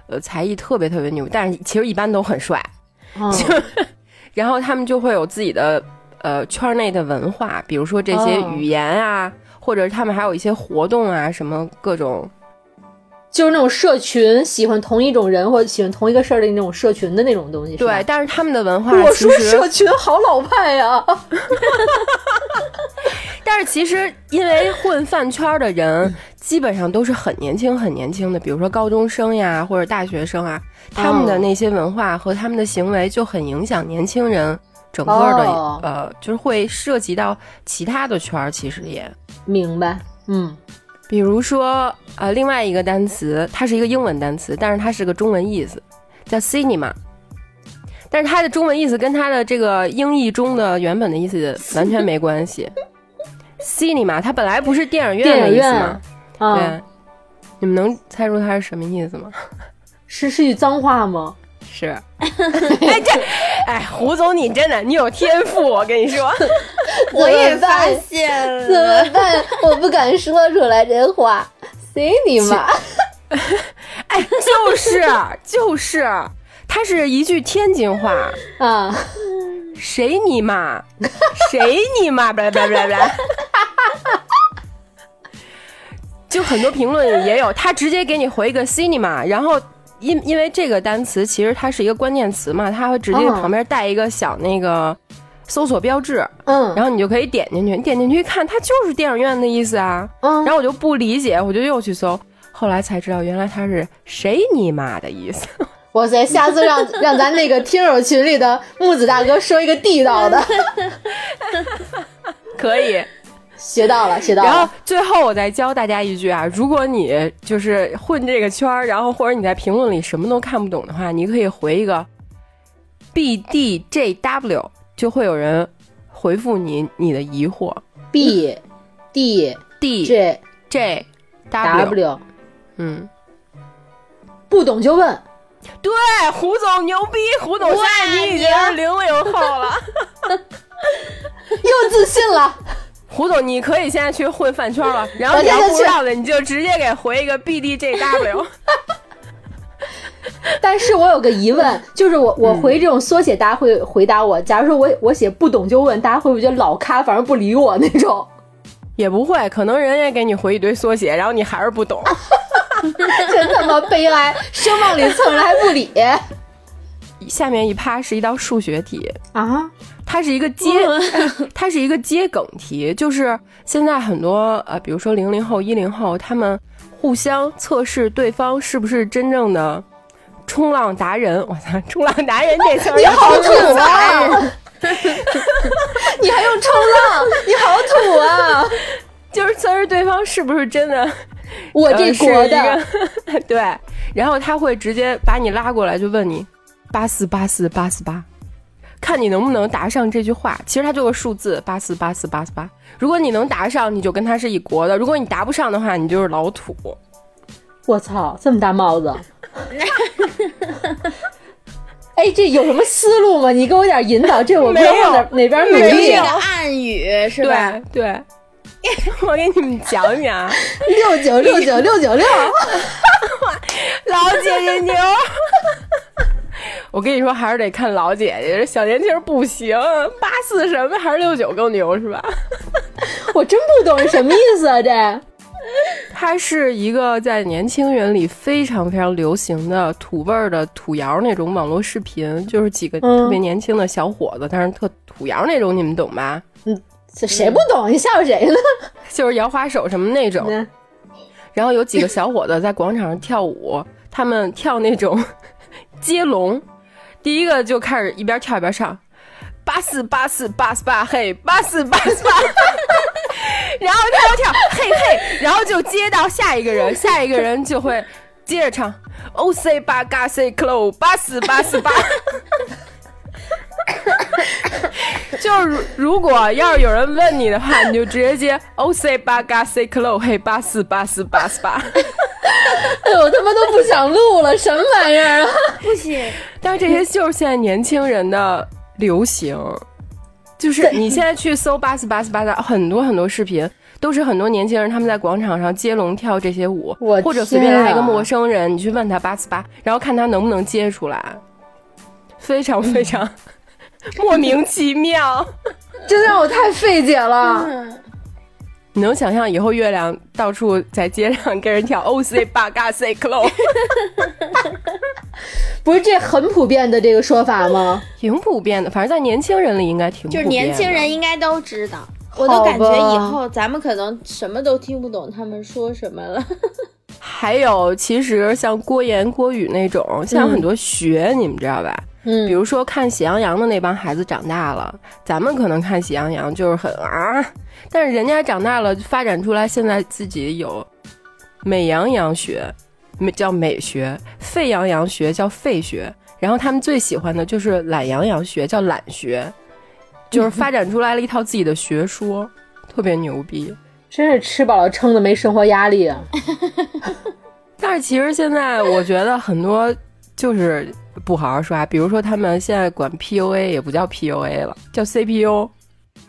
B: 呃才艺特别特别牛，但是其实一般都很帅。
A: 嗯，
B: 然后他们就会有自己的呃圈内的文化，比如说这些
A: 哦
B: 语言啊，或者他们还有一些活动啊，什么各种
A: 就是那种社群喜欢同一种人或者喜欢同一个事儿的那种社群的那种东西。是吧
B: 对，，但是他们的文化
A: 我
B: 其
A: 说
B: 实
A: 社群好老派啊呀、
B: 但是其实，因为混饭圈儿的人基本上都是很年轻、很年轻的，比如说高中生呀，或者大学生啊，他们的那些文化和他们的行为就很影响年轻人整个的、
A: 哦
B: 呃，就是会涉及到其他的圈儿，其实也，
A: 明白？嗯，
B: 比如说呃，另外一个单词，它是一个英文单词，但是它是个中文意思，叫 cinema。但是它的中文意思跟它的这个英译中的原本的意思完全没关系。cinema 它本来不是电影院的意思吗？
A: 啊、
B: 对，你们能猜出它是什么意思吗？
A: 是是句脏话吗？
B: 是。 哎这，哎胡总你真的你有天赋，我跟你说。
A: 我
C: 也发现
A: 怎
C: 了，
A: 么办？ 我不敢说出来这话，随你妈！
B: 哎，就是就是，它是一句天津话。
A: 啊，
B: 谁你妈？ 谁你妈？ 不啦不啦不啦不啦。就很多评论也有，他直接给你回一个 cinema，然后因因为这个单词其实它是一个关键词嘛，它会直接
A: 哦
B: 旁边带一个小那个搜索标志，
A: 嗯
B: 然后你就可以点进去，你点进去一看，它就是电影院的意思啊。
A: 嗯
B: 然，后我就不理解，我就又去搜，后来才知道原来它是谁你妈的意思。
A: 哇塞，下次让让咱那个听友群里的木子大哥说一个地道 的，
B: 可以。
A: 学到了，学到
B: 然后
A: 了。
B: 最后我再教大家一句啊，如果你就是混这个圈儿，然后或者你在评论里什么都看不懂的话，你可以回一个 B D J W，就会有人回复你你的疑惑。
A: B D
B: D
A: J
B: J W，
A: W，
B: 嗯，
A: 不懂就问。
B: 对，胡总牛逼，胡总现在你已经是零零后了，
A: 又自信 了，
B: 胡总你可以现在去混饭圈了，然后
A: 我
B: 你要
A: 现在
B: 不
A: 去
B: 知道的，你就直接给回一个 B D J W。
A: 但是我有个疑问，就是我
B: 嗯
A: 我回这种缩写，大家会 回答我。假如说我我写不懂就问，大家会不会觉得老咖反而不理我那种？
B: 也不会，可能人也给你回一堆缩写，然后你还是不懂。
A: 真他妈悲哀，声往里蹭人还不 理
B: 下面一趴是一道数学题，
A: 啊！嗯
B: 它是一个接， 它是一个接梗题，就是现在很多呃，比如说零零后、一零后，他们互相测试对方是不是真正的冲浪达人。我操，冲浪达人这词儿也
A: 好土
B: 土
A: 啊！ 你还用冲浪？你好土啊！
B: 就是测试对方是不是真的
A: 我
B: 呃
A: 这
B: 是
A: 国
B: 一
A: 的，
B: 个 对，然后他会直接把你拉过来，就问你八四八四八四八，看你能不能答上这句话。其实它就个数字八四八四八四八，如果你能答上，你就跟他是一国的；如果你答不上的话，你就是老土。
A: 我操，这么大帽子！ 哎，这有什么思路吗？你给我点引导，这我不知道
B: 没有
A: 往哪哪边努
C: 这是
A: 力
C: 一个。暗语是吧？
B: 对对， 我给你们讲讲啊，
A: 六九六九六九六，
B: 老姐姐牛。 我跟你说，还是得看老姐姐，这小年轻不行，八四什么还是六九更牛是吧？
A: 我真不懂是什么意思啊！这
B: 它是一个在年轻人里非常非常流行的土味儿的土窑那种网络视频，就是几个
A: 嗯
B: 特别年轻的小伙子，但是特土窑那种，你们懂吧？
A: 这谁不懂？你笑话谁呢？
B: 就是摇花手什么那种。
A: 嗯
B: 然后有几个小伙子在广场上跳舞，他们跳那种 接龙，第一个就开始一边跳一边唱八四八四八四八嘿八四八四八，然后他就跳嘿嘿，然后就接到下一个人，下一个人就会接着唱 O C 八嘎 C clo 八四八四八。就是如如果要是有人问你的话，你就直接接 O C 八嘎 C clo 嘿八四八四八四八。
A: 哎呦，我他妈都不想录了，什么玩意儿啊！
C: 不行，
B: 但是这些就是现在年轻人的流行，就是你现在去搜八四八四八的很多很多视频，都是很多年轻人他们在广场上接龙跳这些舞
A: 我，
B: 或者随便
A: 天啊
B: 来一个陌生人，你去问他八四八，然后看他能不能接出来，非常非
C: 嗯
B: 常 莫名其妙。
A: 真的让我太费解了。
C: 嗯，
B: 你能想象以后月亮到处在街上跟人跳 O C 八嘎 C clo，
A: 不是这很普遍的这个说法吗？
B: 挺普遍的，反正在年轻人里应该挺普
C: 就
B: 遍的。
C: 是年轻人应该都知道。我
A: 好
C: 都
A: 吧
C: 感觉以后咱们可能什么都听不懂他们说什么了。
B: 还有，其实像郭岩、郭宇那种，像很多学，你们知道吧？
A: 嗯
B: 比如说看《喜羊羊》的那帮孩子长大了，咱们可能看《喜羊羊》就是很啊，但是人家长大了发展出来，现在自己有美羊羊学，美叫美学；沸羊羊学叫沸学。然后他们最喜欢的就是懒羊羊学，叫懒学，就是发展出来了一套自己的学说，特别牛逼。
A: 真是吃饱了撑的，没生活压力啊！
B: 但是其实现在我觉得很多就是不好好刷，比如说他们现在管 PUA 也不叫 PUA 了，叫 CPU，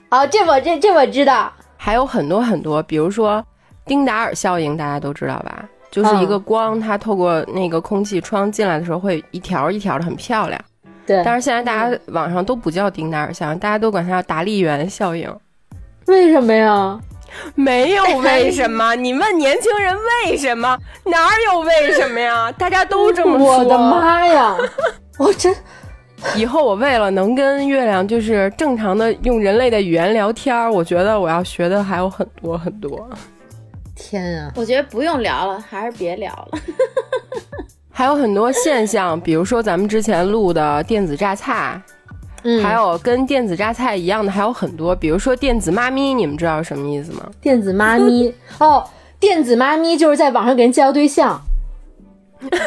A: 啊，这我这这我知道，
B: 还有很多很多，比如说丁达尔效应，大家都知道吧？就是
A: 嗯
B: 一个光，它透过那个空气窗进来的时候，会一条一条的很漂亮。
A: 对，
B: 但是现在大家
A: 嗯
B: 网上都不叫丁达尔效应，大家都管它叫达利园效应。
A: 为什么呀？
B: 没有
A: 哎
B: 为什么，你问年轻人为什么？哪有为什么呀？大家都这么说。
A: 我的妈 呀！我真
B: 以后我为了能跟月亮就是正常的用人类的语言聊天儿，我觉得我要学的还有很多 很多。
A: 天啊！
C: 我觉得不用聊了，还是别聊了。
B: 还有很多现象，比如说咱们之前录的电子榨菜，
A: 嗯
B: 还有跟电子榨菜一样的还有很多，比如说电子妈咪，你们知道什么意思吗？
A: 电子妈咪 哦，电子妈咪就是在网上给人介绍对象。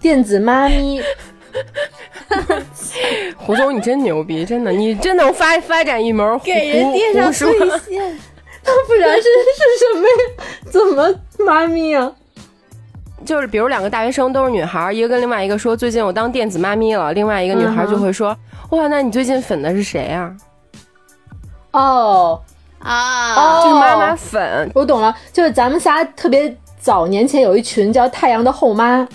A: 电子妈咪，
B: 胡总，你真牛逼，真的，你真能发发展一门胡
C: 给人介
B: 胡
C: 绍
B: 说
C: 对象，
A: 不然是是什么呀？怎么妈咪啊？
B: 就是比如两个大学生都是女孩儿，一个跟另外一个说最近我当电子妈咪了，另外一个女孩儿就会说、哇，那你最近粉的是谁啊？
A: 哦，
C: 啊，
B: 就是妈妈粉，
A: 我懂了，就是咱们仨特别早年前有一群叫“太阳的后妈”，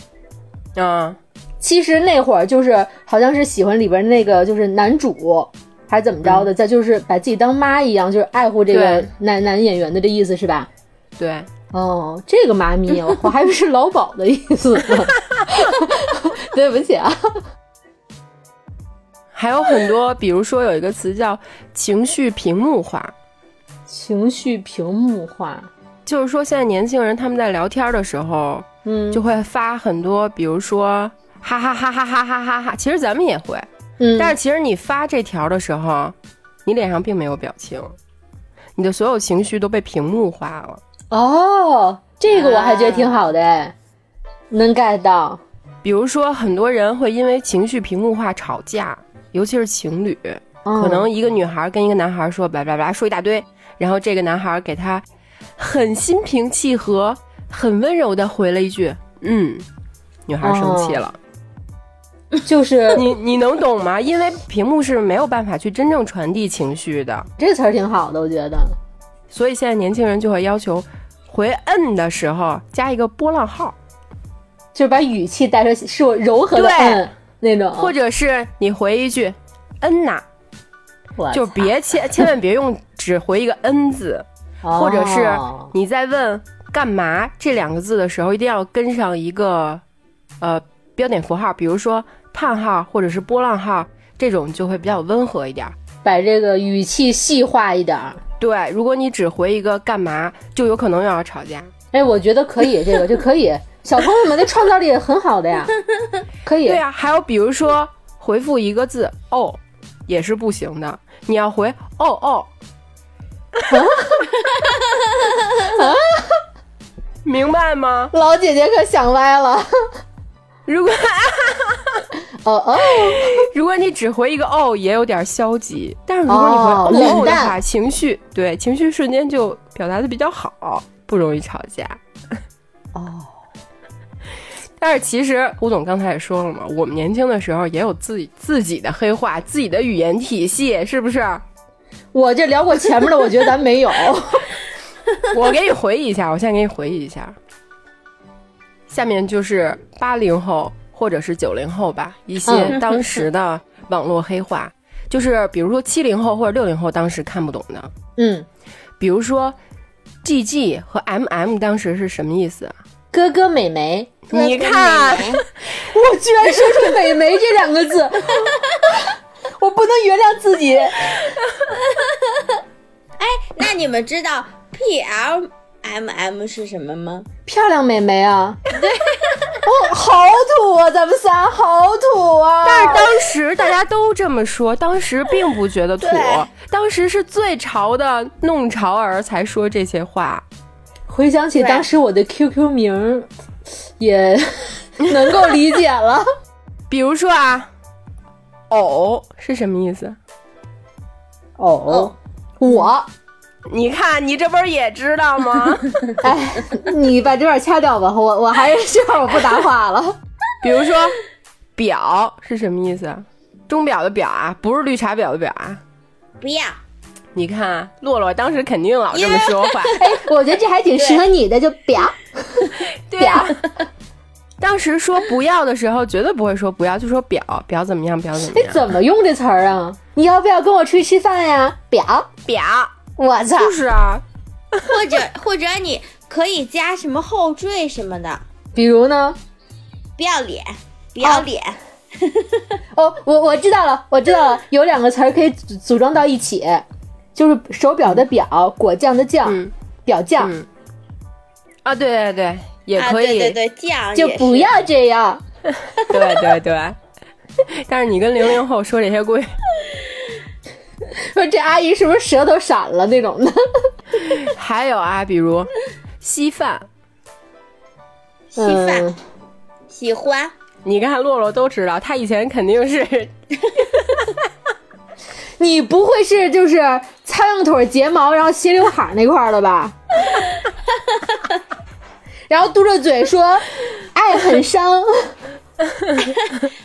B: 嗯。
A: 其实那会儿就是好像是喜欢里边那个就是男主，还是怎么着的，再就是把自己当妈一样，就是爱护这个
B: 对
A: 男男演员的这意思是吧？
B: 对，
A: 哦，这个妈咪，我我还以为是劳保的意思呢。 对不起啊，
B: 还有很多，比如说有一个词叫情绪屏幕化，
A: 情绪屏幕化，
B: 就是说现在年轻人他们在聊天的时候，
A: 嗯，
B: 就会发很多，比如说哈哈哈哈哈哈哈哈，其实咱们也会，
A: 嗯，
B: 但是其实你发这条的时候，你脸上并没有表情，你的所有情绪都被屏幕化了。
A: 哦，这个我还觉得挺好的
B: 啊
A: 哎，能 get 到，
B: 比如说，很多人会因为情绪屏幕化吵架，尤其是情侣，
A: 嗯
B: 可能一个女孩跟一个男孩说叭叭叭说一大堆，然后这个男孩给她很心平气和、很温柔的回了一句：“嗯。”女孩生
A: 哦
B: 气了，
A: 就是
B: 你你能懂吗？因为屏幕是没有办法去真正传递情绪的，
A: 这词儿挺好的，我觉得。
B: 所以现在年轻人就会要求回摁的时候加一个波浪号，
A: 就是把语气带成是我柔和的
B: 对
A: 嗯那种，
B: 或者是你回一句“嗯呐”，
A: 我
B: 就别千千万别用只回一个“嗯”字，
A: 哦
B: 或者是你在问“干嘛”这两个字的时候，一定要跟上一个呃标点符号，比如说叹号或者是波浪号，这种就会比较温和一点儿。
A: 把这个语气细化一点儿。
B: 对，如果你只回一个“干嘛”，就有可能又要吵架。
A: 哎，我觉得可以，这个就可以。小朋友们的创造力很好的 呀，可以。
B: 对啊，还有比如说回复一个字“哦”，也是不行的，你要回“哦哦”。 明白吗？
A: 老姐姐可想歪了。
B: 如果
A: 哦哦，
B: 如果你只回一个哦，也有点消极；但是如果你回
A: 哦
B: 哦
A: 冷
B: 哦的
A: 淡
B: 话，情绪对情绪瞬间就表达的比较好，不容易吵架。
A: 哦，
B: 但是其实胡总刚才也说了嘛，我们年轻的时候也有自己自己的黑话、自己的语言体系，是不是？
A: 我这聊过前面的，我觉得咱没有。
B: 我给你回忆一下，我现在给你回忆一下。下面就是八零后或者是九零后吧，一些
A: 嗯
B: 当时的网络黑话，就是比如说七零后或者六零后当时看不懂的，
A: 嗯，
B: 比如说 G G 和 M M 当时是什么意思啊？
A: 哥哥美眉，
B: 你看，
A: 我 居然说出“美眉”这两个字，我不能原谅自己。
C: 那你们知道 P L M M 是什么吗？
A: 漂亮美眉啊！哦，好土啊，咱们仨好土啊！
B: 但是当时大家都这么说，当时并不觉得土
C: 对，
B: 当时是最潮的弄潮儿才说这些话。
A: 回想起
C: 对
A: 当时我的 QQ 名儿，也 能够理解了。
B: 比如说啊，偶是什么意思？
A: 哦，我，
B: 你看，你这不是也知道吗？
A: 哎，你把这段掐掉吧，我我还是这会儿我不答话了。
B: 比如说，表是什么意思啊？钟表的表啊，不是绿茶婊的婊啊。
C: 不要，
B: 你看啊，洛洛当时肯定老这么说话，
A: 哎，我觉得这还挺适合你的，就表
B: 对啊。当时说不要的时候，绝对不会说不要，就说表表怎么样，表怎么
A: 你
B: 样，
A: 哎怎么用这词儿啊？你要不要跟我出去吃饭呀？表，
B: 表
A: 我操！
B: 就是啊，
C: 或 者或者你可以加什么后缀什么的，
A: 比如呢？
C: 不要脸，不要脸，
A: 哦，我我知道了，我知道了，有两个词儿可以组组装到一起，就是手表的表，果酱的酱，
B: 嗯
A: 表酱，
B: 嗯啊，对对对，也
C: 啊，
B: 可以，
C: 对对对，酱
A: 就
C: 也是
A: 不要这样。
B: 啊对对对。 但是你跟零零后说这些规，
A: 说这阿姨是不是舌头闪了那种的？
B: 还有啊，比如稀饭，
C: 稀饭，
A: 嗯，
C: 喜欢，
B: 你看洛洛都知道，他以前肯定是
A: 你不会是就是苍蝇腿睫毛，然后斜刘海儿那块儿了吧？ 然后嘟着嘴说“爱很伤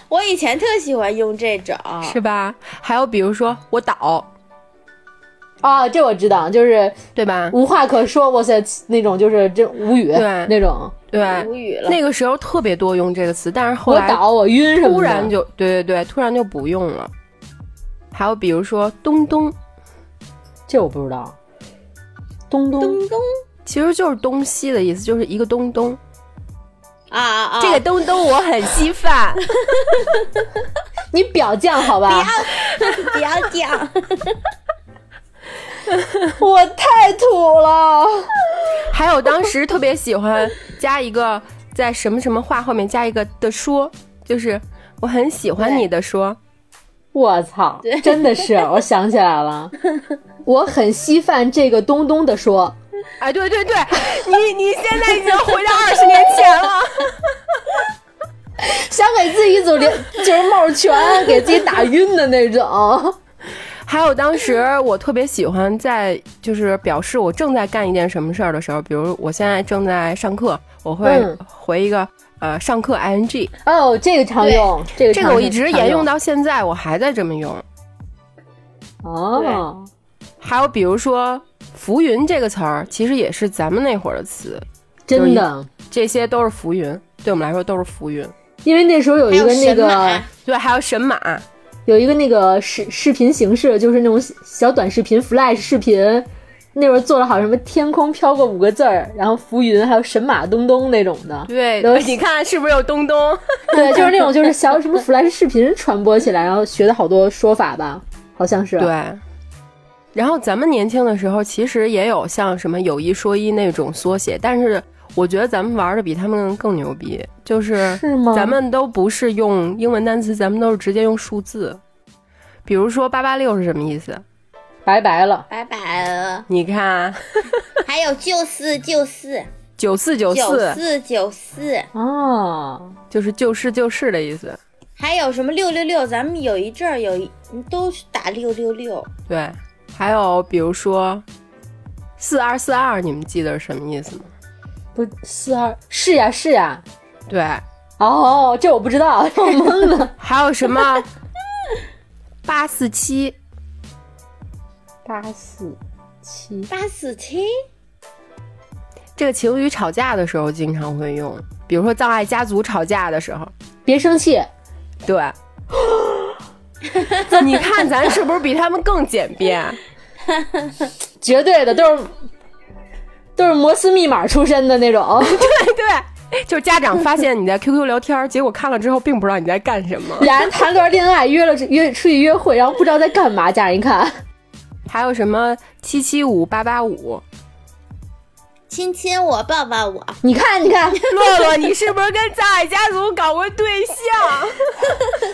C: 我以前特喜欢用这种，
B: 是吧？还有比如说我倒，”，
A: 哦，这我知道，就是
B: 对吧？
A: 无话可说，哇塞，那种就是这无语
B: 对
A: 那种，
B: 对，
A: 嗯
C: 无语了。
B: 那个时候特别多用这个词，但是后
A: 我
B: 来
A: 倒我晕什么的，
B: 突然就对对对，突然就不用了。还有比如说东东，
A: 这我不知道。东东，
C: 东东
B: 其实就是东西的意思，就是一个东东。
C: 啊啊啊！
B: 这个东东我很稀饭，
A: 你表酱好吧？
C: 不要 讲，
A: 我太土了。
B: 还有当时特别喜欢加一个在什么什么话后面加一个的说，就是我很喜欢你的说。
A: 我操，真的是，我想起来 了，我很稀饭这个东东的说，
B: 哎，对 对对，你你现在已经回到二十年前了。
A: 想给自己一组连就是帽拳，给自己打晕的那种。哦
B: 还有当时我特别喜欢在就是表示我正在干一件什么事儿的时候，比如我现在正在上课，我会
A: 嗯
B: 回一个、呃上课 ing，
A: 哦，这个常用，这个
B: 这
A: 这
B: 个我一直沿用到现在，我还在这么用。
A: 哦，
B: 还有比如说“浮云”这个词儿，其实也是咱们那会儿的词，
A: 真的，
B: 这些都是浮云，对我们来说都是浮云。
A: 因为那时候有一个那
C: 还有啊神
A: 个
C: 马
B: 对，还有神马，
A: 有一个那个视视频形式，就是那种小短视频 Flash 视频。那会儿做了好什么天空飘过五个字儿，然后浮云，还有神马东东那种的，
B: 对
A: 都，
B: 你看是不是有东东？
A: 对，就是那种就是小什么 Flash 视频传播起来，然后学的好多说法吧，好像是。，啊
B: 对。然后咱们年轻的时候，其实也有像什么“有一说一”那种缩写，但是我觉得咱们玩的比他们更牛逼，就是
A: 是吗
B: 咱们都不是用英文单词，咱们都是直接用数字。比如说八八六是什么意思？
A: 拜拜了，
C: 拜拜了。
B: 你看
C: 还有就是就是
B: 九四九
C: 九
B: 哦四
C: 四九四，
A: 哦，
B: 就是就是就是的意思，
C: 还有什么六六六？咱们有一阵儿有一都打六六六，
B: 对。还有比如说四二四二，你们记得是什么意思吗？
A: 不是四二是呀是呀，
B: 对，
A: 哦，这我不知道，这我懵 了。
B: 还有什么八四七？
A: 八四七
C: 八四七
B: 这个情侣吵架的时候经常会用，比如说葬爱家族吵架的时候，
A: 别生气，
B: 对。你看咱是不是比他们更简便？
A: 绝对的都是都是摩斯密码出身的那种，
B: 对对，就是家长发现你在 QQ 聊天，结果看了之后并不知道你在干什 么。
A: 俩人谈段恋爱，约了约出去约会，然后不知道在干嘛，家人一看，
B: 还有什么七七五八八五？
C: 亲亲我，抱抱我，
A: 你看你看，
B: 洛洛，你是不是跟葬爱家族搞过对象？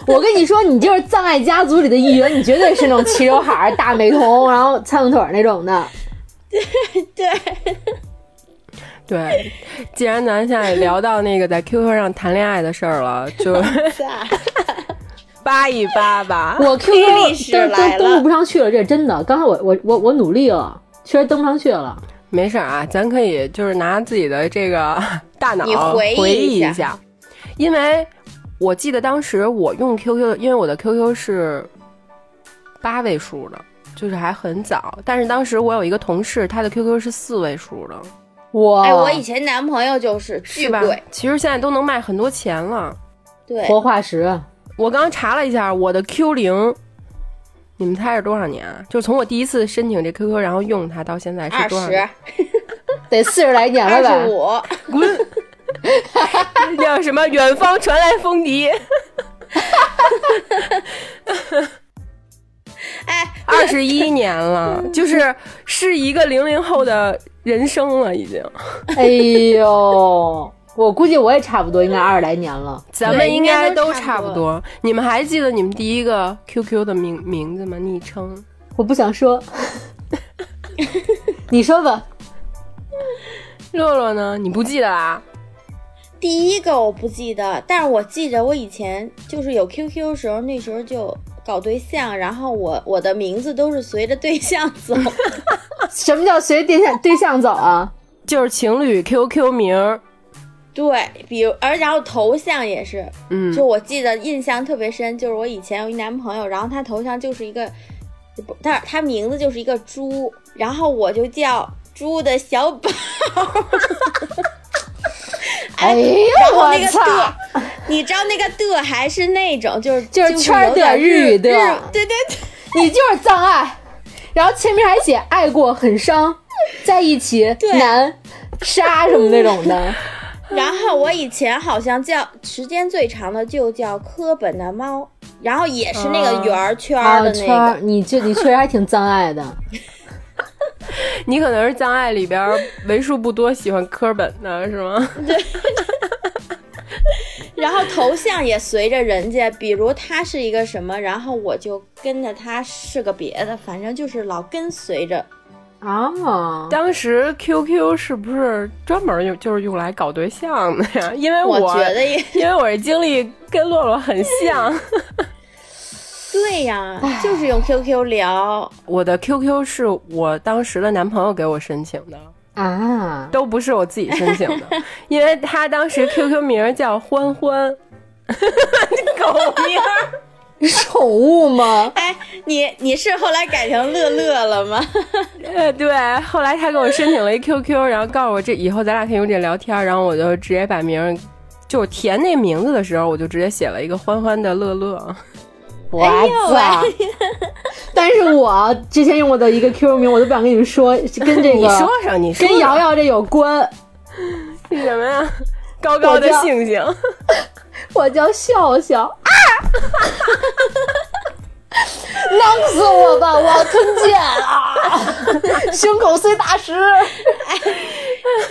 A: 我跟你说，你就是葬爱家族里的一员，你绝对是那种齐刘海儿、大美瞳，然后苍蝇腿儿那种 的。
C: 对，
B: 对，既然咱现在聊到那个在 QQ 上谈恋爱的事儿了，就
C: 啊
B: 扒一扒吧。
A: 我
C: 历
A: QQ
C: 史
A: 都
C: 来
A: 都
C: 了
A: 登录不上去了，这是真的。刚才我我我我努力了，确实登不上去了。
B: 没事儿啊，咱可以就是拿自己的这个大脑
C: 你回忆一下
B: 忆一下，因为我记得当时我用 QQ，的因为我的 QQ 是八位数的，就是还很早。但是当时我有一个同事，他的 QQ 是四位数的，
A: 哇，
C: 哎，我以前男朋友就是巨
B: 哦是吧
C: 贵，？
B: 其实现在都能卖很多钱了。
C: 对，
A: 活化石，
B: 我刚刚查了一下，我的 Q 零，你们猜是多少年啊？就是从我第一次申请这 QQ，然后用它到现在是
C: 二
B: 多少
C: 十
B: 年？
A: 得四十来年了
C: 二
A: 吧
C: 十？ 五，
B: 滚！叫什么？远方传来风笛。
C: 哎，
B: 二十一年了，就是是一个零零后的人生了，已经。
A: 哎呦，我估计我也差不多，应该二十来年了。
B: 咱们应该都
C: 应该都
B: 差
C: 差
B: 不
C: 不
B: 多。你们还记得你们第一个 QQ 的名名字吗？昵称？
A: 我不想说， 你说吧。
B: 洛洛呢？你不记得啊啦？
C: 第一个我不记得，但是我记着我以前就是有 QQ 的时候，那时候就搞对象，然后我我的名字都是随着对象走，
A: 什么叫随对象对象走啊？
B: 就是情侣 QQ 名儿。
C: 对，比如而然后头像也是，
B: 嗯，
C: 就我记得印象特别深，就是我以前有一男朋友，然后他头像就是一个，不，他他名字就是一个猪，然后我就叫猪的 小宝。
A: 哎呦
C: 然后
A: 我
C: 那个
A: 操！
C: 的，你知道那个的还是那种就是
A: 就是圈儿的
C: 有点
A: 日语的
C: 对对对，
A: 你就是葬爱。然后前面还写爱过很伤，在一起
C: 对
A: 难杀什么那种 的。啊
C: 然后我以前好像叫时间最长的就叫科本的猫，然后也是那个圆儿圈儿
A: 啊，
C: 的
A: 圈
C: 那
A: 儿，
C: 个，
A: 你这你确实还挺葬爱 的。
B: 你可能是葬爱里边儿为数不多喜欢科本的是吗？
C: 然后头像也随着人家，比如他是一个什么，然后我就跟着他是个别的，反正就是老跟随着。
A: 啊，
B: 当时 QQ 是不是专门用就是用来搞对象的呀？因为
C: 我
B: 我
C: 觉得也
B: 因为我的经历跟洛洛很像，
C: 对呀，就是用 QQ 聊，
B: 我的 QQ 是我当时的男朋友给我申请的，
A: 啊，
B: 都不是我自己申请 的，因为他当时 QQ 名儿叫欢欢，狗名儿。
A: 宠物吗？
C: 哎，你你是后来改成乐乐了吗？
B: 呃，对，后来他给我申请了一 QQ，然后告诉我这以后咱俩可以用这聊天，然后我就直接把名儿，就填那名字的时候，我就直接写了一个欢欢的乐乐。
A: 我
C: 哎
A: 操！但是我之前用过的一个 QQ 名，我都不想跟你们说，跟这
B: 你说
A: 个
B: 说，你说
A: 跟
B: 说
A: 瑶瑶这有关。
B: 是什么呀？高高的
A: 我叫
B: 星星，，
A: 我叫笑笑啊！弄死我吧！我要吞剑 啊！胸口碎大石。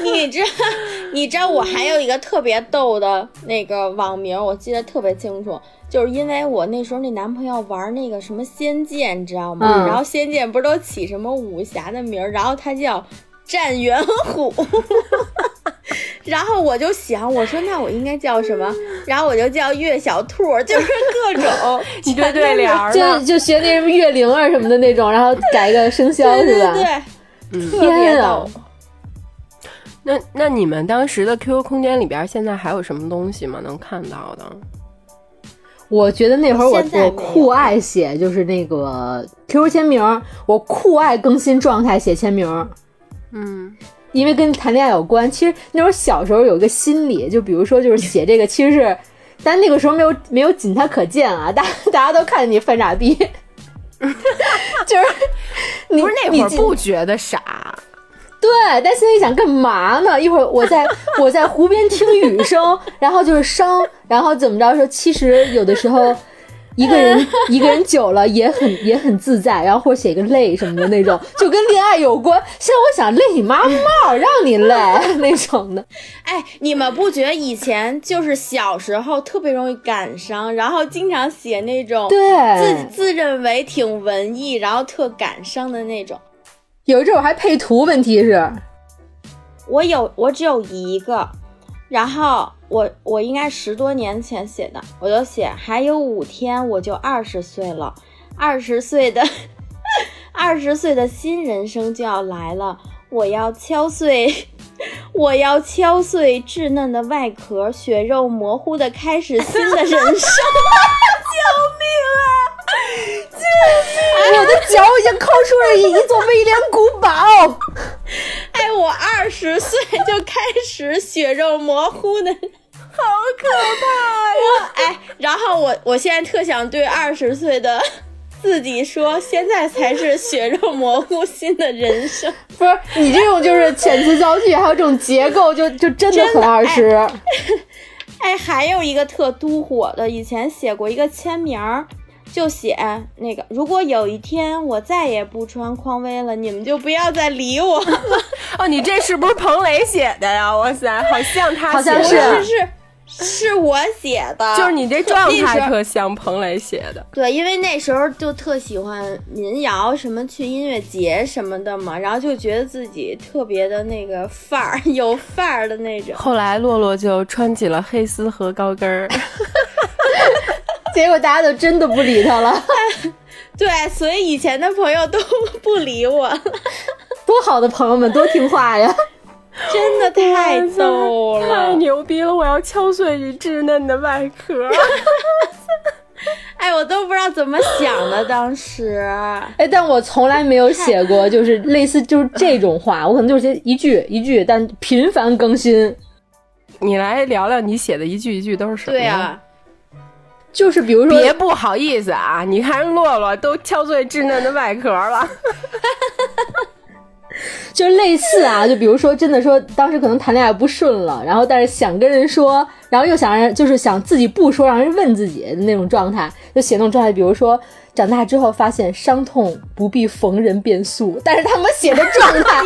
C: 你知道， 你知道我还有一个特别逗的那个网名，我记得特别清楚，就是因为我那时候那男朋友玩那个什么《仙剑》，你知道吗？
A: 嗯
C: 然后《仙剑》不是都起什么武侠的名儿，然后他叫战元虎， 然后我就想，我说那我应该叫什么？然后我就叫岳小兔，就是各种
B: 你对对联儿
A: 哦就
B: 呢？
A: 就学那什么月灵啊什么的那种，然后改一个生肖
C: 对
A: 是吧？
C: 对对，特别
A: 天啊
C: 逗。！
B: 那那你们当时的 QQ 空间里边，现在还有什么东西吗？能看到的？
A: 我觉得那会儿我
C: 现在没
A: 我
C: 有
A: 酷爱写就是那个 QQ 签名儿，我酷爱更新状态写签名儿，
B: 嗯，
A: 因为跟谈恋爱有关。其实那会儿小时候有一个心理，就比如说就是写 这个，其实是，但那个时候没有没有仅他可见啊，大大家都看见你犯傻逼， 就是你
B: 不 是那会儿
A: 你
B: 不觉得傻，
A: 对，但心里想干嘛呢？一会儿我 在我在湖边听雨声，然后就是伤，然后怎么着说，其实有的时候。一个人一个人久了也很也很自在，然后或者写个累什么的那种，就跟恋爱有关。现在我想累你妈帽，让你累那种 的。
C: 哎，你们不觉得以前就是小时候特别容易感伤，然后经常写那种自
A: 对，
C: 自认为挺文艺，然后特感伤的那种？
A: 有一阵我还配图，问题是
C: 我有，我只有一个，然后我我应该十多年前写的，我就写还有五天我就二十岁了，二十岁的 二十岁的新人生就要来了，我要敲碎。 我要敲碎稚嫩的外壳，血肉模糊的开始新的人生。
A: 我的脚已经抠出了一一座威廉古堡。
C: 哎，我二十岁就开始血肉模糊的，好可怕呀！哎，然后我我现在特想对二十岁的自己说，现在才是血肉模糊新的人生。
A: 不是你这种就是遣词造句，还有这种结构，就就真的很二十。
C: 哎，还有一个特都火的，以前写过一个签名儿。就写那个，如果有一天我再也不穿匡威了，你们就不要再理我。
B: 哦，你这是不是彭磊写的呀？哇塞，好像他
A: 好
B: 写
A: 像
B: 的，
C: 不
A: 是
C: 是是是我写的，
B: 啊 就是你这状
C: 那时
B: 态
C: 候
B: 特像彭磊写的。
C: 对，因为那时候就特喜欢民谣，什么去音乐节什么的嘛，然后就觉得自己特别的那个范儿， 有范儿的那种。
B: 后来洛洛就穿起了黑丝和高跟儿，
A: 结果大家都真的不理他了，
C: 对，所以以前的朋友都 不理我了，
A: 多好的朋友们，多听话呀！
C: 真的太逗
B: 太
C: 了。
B: 牛逼了！我要敲碎你稚嫩的外 壳。
C: 哎，我都不知道怎么想的，当时。
A: 哎，但我从来没有写过，就是类似就是这种话，我可能就是写一句一句，但频繁更新。
C: 啊
B: 你来聊聊你写的一句一句都是什么？
C: 对啊，
A: 就是比如说，
B: 别不好意思啊，你看人洛洛都敲碎稚嫩的外壳了。
A: 就是类似啊，就比如说，真的说当时可能谈恋爱不顺了，然后但是想跟人说，然后又想让就是想自己不说，让人问自己的那种状态，就写那种状态，比如说长大之后发现伤痛不必逢人便诉，但是他们写的状态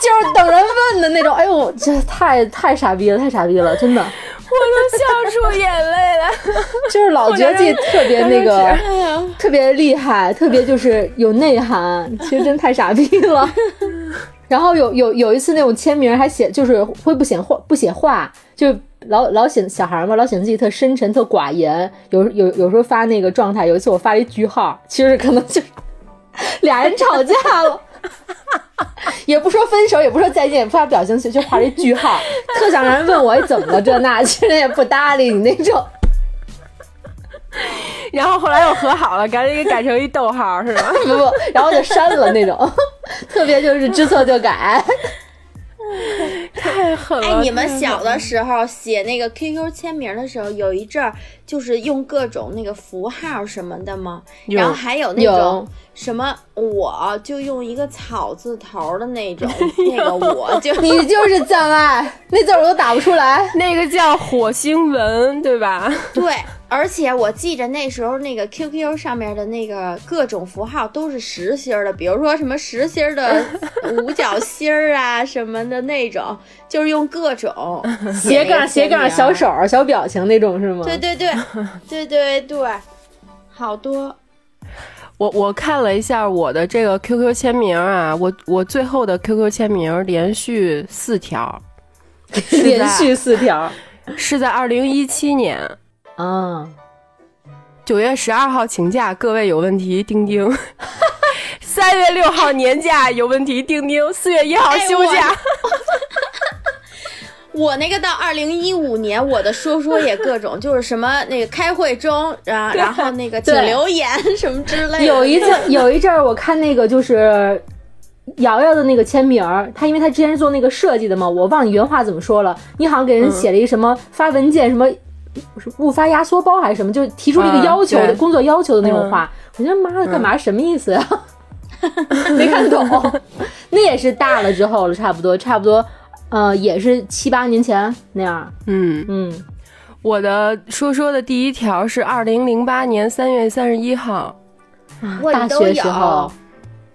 A: 就是等人问的那种，哎呦，这太太傻逼了，太傻逼了，真的，
B: 我都笑出眼泪来。
A: 就是老觉得自己特别那个
B: 我。
C: 哎呀，
A: 特别厉害，特别就是有内涵，其实真太傻逼了。然后有有有一次那种签名还写，就是会不写话不写话，就老老显小孩嘛，老显得自己特深沉、特寡言。有有有时候发那个状态，有一次我发了一句号，其实可能就是 俩人吵架了。也不说分手，也不说再见，也不发表情，就画了一句号，特想让人问我哎怎么了这那，其实也不搭理你那种。
B: 然后后来又和好了，赶紧给改成一逗号是 吗？
A: 不不，然后就删了那种， 特别就是知错就改。
B: 太狠了！
C: 哎，你们小的时候写那个 QQ 签名的时候，有一阵儿就是用各种那个符号什么的吗？
B: 有
C: 然后还有那
A: 有
C: 种什么，我就用一个草字头的那种，那个我就
A: 你就是障碍，那字儿我都打不出来。
B: 那个叫火星文对吧？
C: 对，而且我记着那时候那个 QQ 上面的那个各种符号都是实心儿的，比如说什么实心儿的五角星儿啊什么的那种，就是用各种
A: 斜杠斜杠小
C: 手。
A: 手儿小表情那种是吗？
C: 对对对对对对，好多
B: 我我看了一下我的这个 QQ 签名啊，我我最后的 QQ 签名连续四条，是
A: 连
B: 在
A: 续四条
B: 是在二零一七年
A: 啊，
B: 九月十二号请假，各位有问题钉钉。 三月六号年假有问题，钉钉。四月一号
C: 哎
B: 休
C: 我
B: 假，
C: 我那个到二零一五年，我的说说也 各种，就是什么那个开会中，然后然后那个请
A: 对
C: 留言什么之类的。
A: 有一阵有一阵儿我看那个就是。瑶瑶的那个签名儿，她因为她之前是做那个设计的嘛，我忘了原话怎么说了。你好像给
B: 嗯
A: 人写了一个什么发文件什么，是误发压缩包还是什么，就提出了一个
B: 啊
A: 要求的、
B: 对嗯
A: 工作要求的那种话。我觉得妈的，干嘛什么意思呀、啊 没看懂。 那也是大了之后了，差不多，差不多，呃，也是七八年前那样。
B: 嗯，
A: 嗯，
B: 我的说说的第一条是二零零八年三月三十一号，
A: 啊
C: 我
A: 大
C: 都
A: 学时
C: 有
A: 候，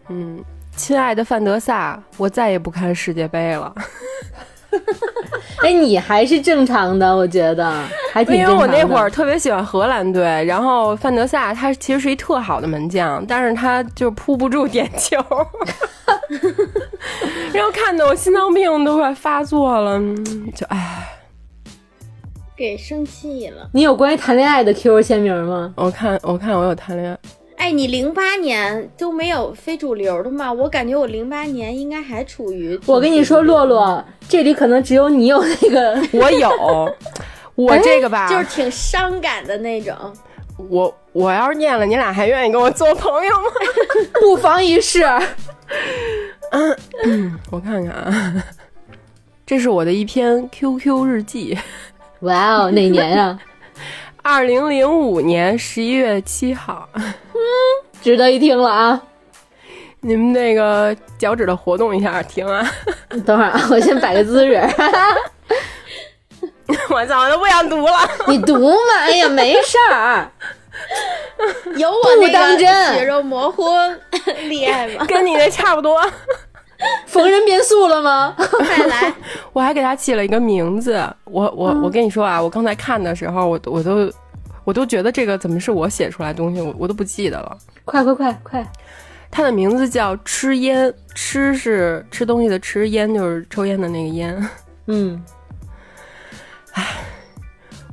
B: 嗯，亲爱的范德萨，我再也不看世界杯了，
A: 哎，你还是正常的，我觉得还挺
B: 因
A: 正
B: 为
A: 常的。
B: 我那会儿特别喜欢荷兰队，然后范德萨他其实是一特好的门将，但是他就扑不住点球， 然后看得我心脏病都快发作了，嗯就唉，
C: 给生气了。
A: 你有关于谈恋爱的 QQ 签名吗？
B: 我看我看我有谈恋爱，
C: 哎，你零八年都没有非主流的吗？我感觉我零八年应该还处于
A: 我跟你说，洛洛，这里可能只有你有那个，
B: 我有，
A: 哎
B: 我这个吧，
C: 就是挺伤感的那 种。
B: 我我要是念了，你俩还愿意跟我做朋友吗？
A: 不妨一试。
B: 嗯我看看啊， 这是我的一篇 QQ 日记，
A: 哇哦，哪年啊？
B: 二零零五年十一月七号，
A: 值得一听了啊！
B: 你们那个脚趾头活动一下，停啊！
A: 等会儿啊，我先摆个 姿势。
B: 我操，我都不想读了。
A: 你读嘛？哎呀，没事儿。
C: 有我
A: 不
C: 那
A: 当
C: 个
A: 真
C: 血肉模糊厉害吗？
B: 跟你那差不多。
A: 逢人变素了吗？
C: 快来，
B: 我还给他起了一个名字。我我、我跟你说啊，我刚才看的时候，我我都我都觉得这个怎么是我写出来的东西，我我都不记得了。
A: 快快快快！
B: 他的名字叫吃烟，吃是吃东西的吃，烟就是抽烟的那个烟。
A: 嗯，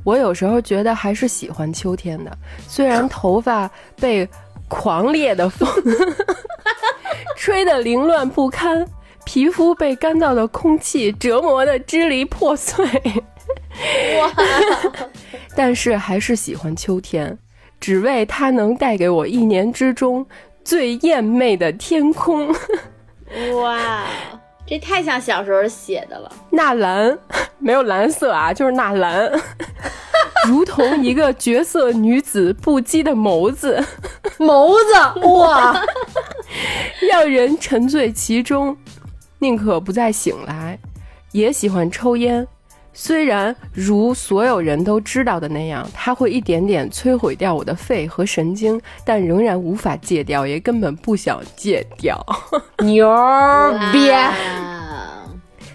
B: 我有时候觉得还是喜欢秋天的，虽然头发被狂烈的风 吹得凌乱不堪，皮肤被干燥的空气折磨得支离破碎，但是还是喜欢秋天，只为它能带给我一年之中最艳媚的天空。
C: 哇哇，这太像小时候写的了。
B: 纳兰，没有蓝色啊，就是纳兰。 如同一个绝色女子不羁的眸子，
A: 眸子，哇，
B: 让人沉醉其中，宁可不再醒来，也喜欢抽烟。虽然如所有人都知道的那样，它会一点点摧毁掉我的肺和神经，但仍然无法戒掉，也根本不想戒掉。
A: 牛逼！
C: 哇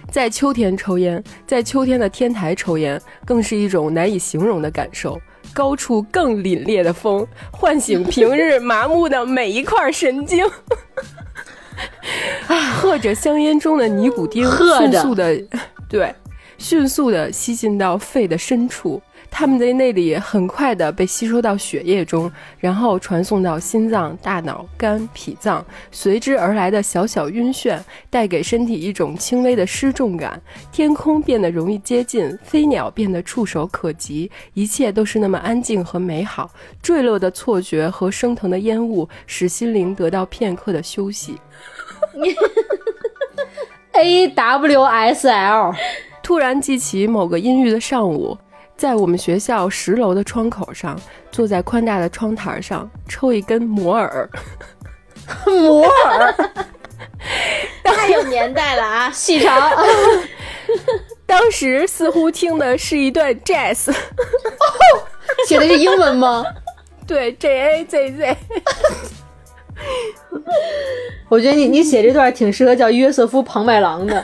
B: 在秋天抽烟，在秋天的天台抽烟，更是一种难以形容的感受。高处更凛冽的风，唤醒平日麻木的每一块 神经。喝着香烟中的尼古丁，
A: 啊喝
B: 迅
A: 着
B: 速的， 对，迅速的吸进到肺的深处。它们在那里很快的被吸收到血液中，然后传送到心脏、大脑、肝、脾脏，随之而来的小小晕眩，带给身体一种轻微的失重感，天空变得容易接近，飞鸟变得触手可及，一切都是那么安静和美好。坠落的错觉和升腾的烟雾，使心灵得到片刻的休息。
A: A W S L，
B: 突然记起某个阴郁的上午，在我们学校十楼的窗口上，坐在宽大的窗台上，抽一根摩尔。
A: 摩尔
C: 太有年代了 啊！
A: 细长，
B: 当时似乎听的是一段 jazz，
A: 写的是英文吗？
B: 对 J A Z Z。
A: 我觉得你你写这段挺适合叫约瑟夫庞麦郎 的。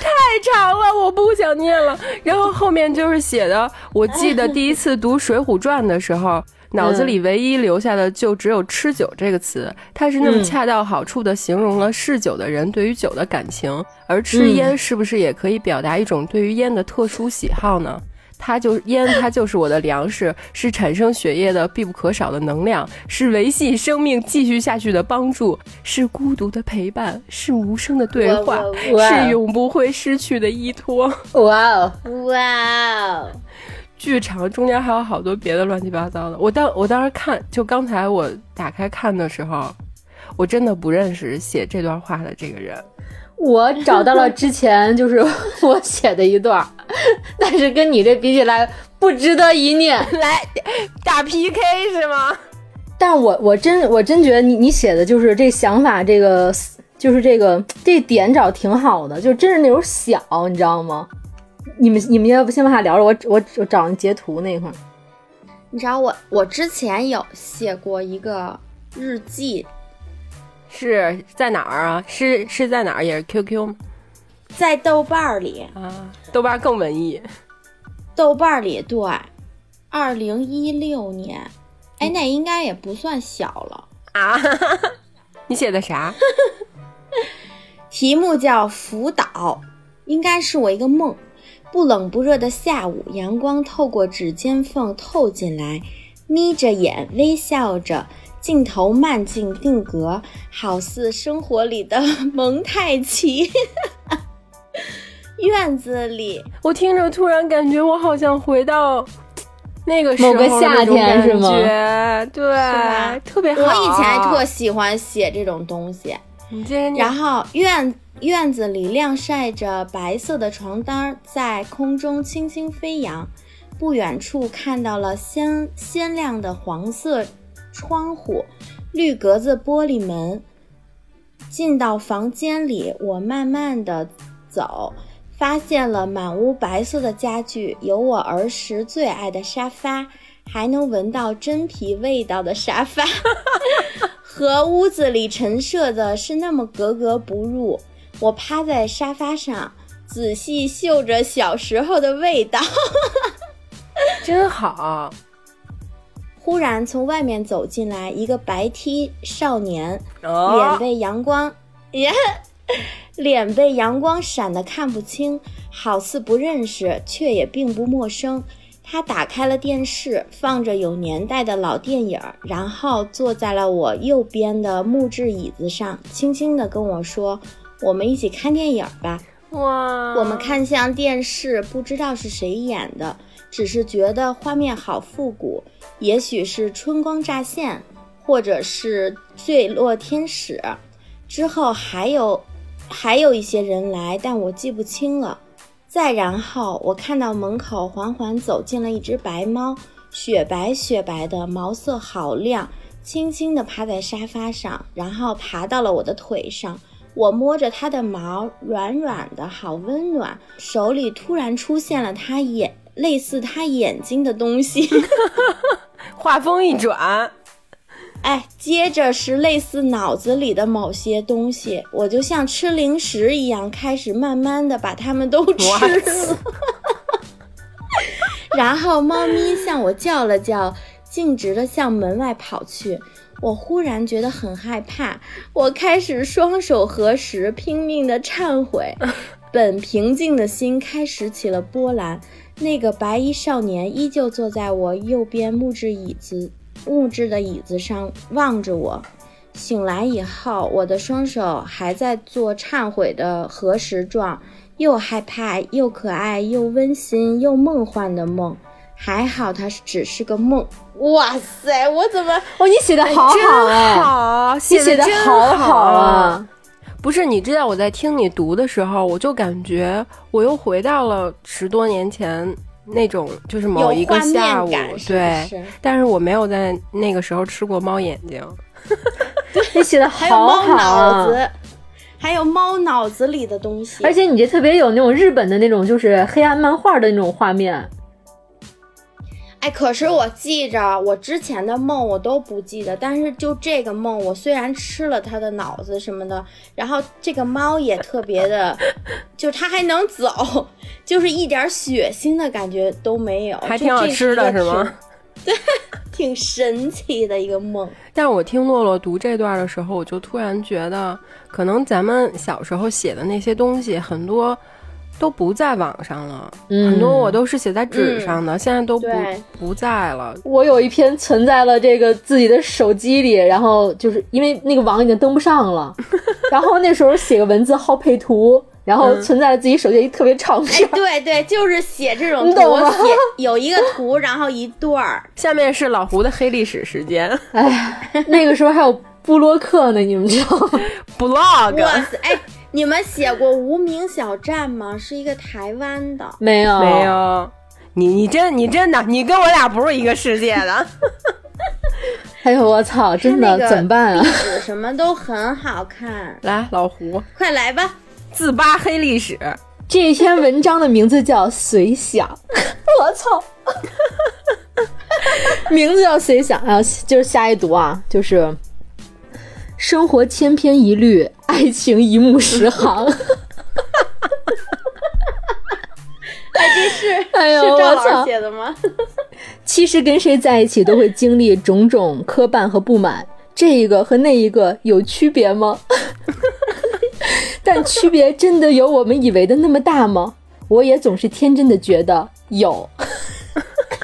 B: 太长了，我不想念了。然后后面就是写的，我记得第一次读《水浒传》的时候，脑子里唯一留下的就只有“吃酒”这个词，它是那么
A: 嗯
B: 恰到好处的形容了嗜酒的人对于酒的感情，而吃烟是不是也可以表达一种对于烟的特殊喜好呢？它就烟，它就是我的粮食，是产生血液的必不可少的能量，是维系生命继续下去的帮助，是孤独的陪伴，是无声的对话
C: 哇哇，
A: 哇
B: 是永不会失去的依托。
A: 哇哦，
C: 哇哦，
B: 剧场中间还有好多别的乱七八糟的。我当我当时看，就刚才我打开看的时候，我真的不认识写这段话的这个人。
A: 我找到了之前就是 我写的一段儿， 但是跟你这比起来不值得一念。
B: 来打 PK 是吗？
A: 但我我真我真觉得你你写的就是这想法，这个就是这个这点找挺好的，就真是那种小，你知道吗？你们你们要不先往下聊着，我我我找那截图那块儿。
C: 你知道我我之前有写过一个日记，
B: 是在哪儿啊？是是在哪儿？也是 QQ 吗？
C: 在豆瓣儿里，
B: 啊，豆瓣更文艺。
C: 豆瓣儿里对，二零一六年，哎，
B: 嗯
C: 那应该也不算小了。
B: 啊，你写的啥？
C: 题目叫福岛，应该是我一个梦。不冷不热的下午，阳光透过指尖缝透进来，眯着眼微笑着，镜头慢镜定格，好似生活里的蒙太奇。 院子里，
B: 我听着突然感觉我好像回到那个时候
A: 某个夏天
B: 那种感
A: 是
B: 觉
C: 吧
B: 对，特别好。
C: 我
B: 啊
C: 以前还特喜欢写这种东西。
B: 你这人
C: 然后院院子里晾晒着白色的床单儿在空中轻轻飞扬，不远处看到了鲜鲜亮的黄色窗户、绿格子玻璃门。进到房间里，我慢慢的走，发现了满屋白色的家具，有我儿时最爱的沙发，还能闻到真皮味道的沙发。和屋子里陈设的是那么格格不入。我趴在沙发上，仔细嗅着小时候的味道。
B: 真好。
C: 忽然从外面走进来一个白 T 少年，脸
B: 哦，
C: 被阳光， 耶，脸被阳光闪得看不清，好似不认识，却也并不陌生。他打开了电视，放着有年代的老电影儿，然后坐在了我右边的木质椅子上，轻轻地跟我说：“我们一起看电影儿吧。”
B: 哇，
C: 我们看向电视，不知道是谁演的，只是觉得画面好复古，也许是《春光乍现》，或者是《坠落天使》。之后还有还有一些人来，但我记不清了。再然后，我看到门口缓缓走进了一只白猫，雪白雪白的，毛色好亮，轻轻地趴在沙发上，然后爬到了我的腿上。我摸着它的毛，软软的，好温暖。手里突然出现了它眼类似它眼睛的东西，
B: 话锋一转，
C: 哎，接着是类似脑子里的某些东西，我就像吃零食一样，开始慢慢的把它们都吃
B: 哇
C: 了。 然后猫咪向我叫了叫，径直的向门外跑去。我忽然觉得很害怕，我开始双手合十，拼命的忏悔。本平静的心开始起了波澜。那个白衣少年依旧坐在我右边木质椅子木质的椅子上，望着我。醒来以后，我的双手还在做忏悔的合十状，又害怕，又可爱，又温馨，又梦幻的梦。还好它只是个梦。哇塞，我怎么
A: 哦，你写的好好哎，
B: 真
C: 啊
B: 好，
A: 你
B: 写
A: 写
B: 的
A: 的
B: 真
A: 好
B: 好
A: 啊！！
B: 不是，你知道我在听你读的时候，我就感觉我又回到了十多年前那种，就是某
C: 有
B: 一个
C: 画面
B: 下午，
C: 感？是
B: 对
C: 不。是
B: 但是我没有在那个时候吃过猫眼睛，
C: 哦
A: 你写的
C: 还有
A: 好
C: 猫
A: 好
C: 脑
A: 啊，
C: 子，还有猫脑子里的东西。
A: 而且你这特别有那种日本的那种，就是黑暗漫画的那种画面。
C: 哎，可是我记着我之前的梦我都不记得，但是就这个梦，我虽然吃了它的脑子什么的，然后这个猫也特别的，就它还能走，就是一点血腥的感觉都没有，
B: 还
C: 就
B: 挺好
C: 这是
B: 吃
C: 一
B: 的
C: 个
B: 是吗
C: 挺？挺神奇的一个梦。
B: 但我听洛洛读这段的时候，我就突然觉得，可能咱们小时候写的那些东西，很多都不在网上了，
A: 嗯
B: 很多我都是写在纸上的，现在都不
C: 对
B: 不在了。
A: 我有一篇存在了这个自己的手机里，然后就是因为那个网已经登不上了，然后那时候写个文字好配图，然后存在了自己手机一特别长
C: 哎
A: 篇，，
C: 对对，就是写这种
A: 你
C: 图，
A: 懂吗
C: 写有一个图，然后一段儿，
B: 下面是老胡的黑历史时间
A: 哎那个时候还有布洛克呢，你们知道吗？
C: 哇
B: vlog，
C: 塞！哎，你们写过《无名小站》吗？是一个台湾的。
A: 没有，
B: 没。有。你你真你真的你跟我俩不是一个世界的，
A: 哎呦我操，真
C: 那
A: 的
C: 个
A: 怎么办啊？
C: 纸什么都很好看，
B: 来老胡
C: 快来吧！
B: 自扒黑历史，
A: 这一篇文章的名字叫《随想》， 我操，名字叫《随想》啊，就是下一读啊，就是生活千篇一律，爱情一目十行。
C: 是
A: 哎呦
C: 是赵
A: 我
C: 老师
A: 操！
C: 写的 吗？
A: 其实跟谁在一起都会经历种种磕绊和不满，这一个和那一个有区别吗？ 但区别真的有我们以为的那么大吗？我也总是天真的觉得有。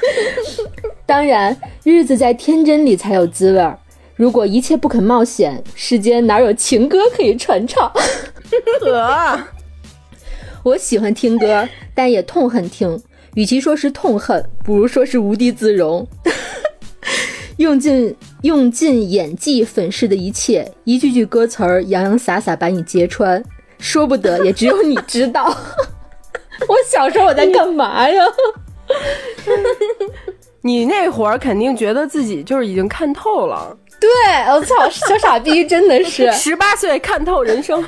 A: 当然，日子在天真里才有滋味儿。如果一切不肯冒险，世间哪有情歌可以传唱？
B: 呵，
A: 我喜欢听歌，但也痛恨听。与其说是痛恨，不如说是无地自容。 用尽用尽演技粉饰的一切，一句句歌词儿洋洋洒洒把你揭穿，说不得也只有你知道。 我小时候我在干嘛呀？
B: 你那会儿肯定觉得自己就是已经看透了，
A: 对，我操，小傻逼真的是
B: 十八岁看透人生，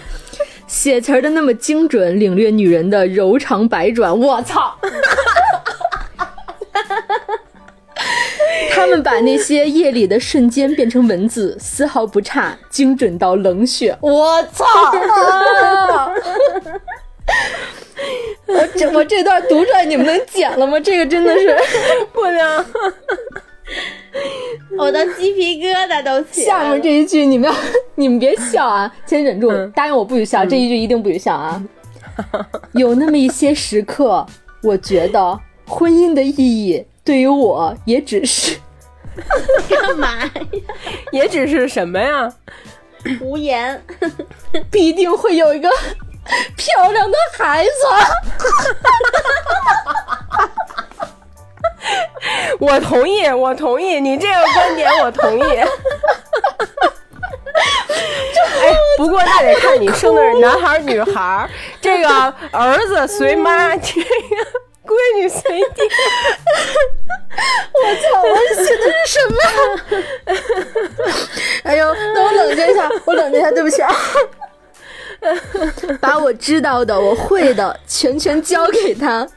A: 写词儿的那么精准，领略女人的柔肠百转。我操！ 他们把那些夜里的瞬间变成文字，丝毫不差，精准到冷血。我操！我这我这段读出来，你们能剪了吗？这个真的是
B: 不能。
C: 我的鸡皮疙瘩都起来了
A: 下面这一句，你们要 你们别笑啊，先忍住，答应我不许笑，这一句一定不许笑啊。有那么一些时刻，我觉得婚姻的意义对于我也只是
C: 干嘛呀？
B: 也只是什么呀？
C: 无言。
A: 必定会有一个 漂亮的孩子。
B: 我 哎同意，我同意你这个观点，我同意。不过那得看你生的是男孩儿女孩儿，这个儿子随妈，这个闺女随爹。
A: 我写的是什么？哎呦，那我冷静一下，我冷静一下，对不起啊。
D: 把我知道的、我会的全全交给他。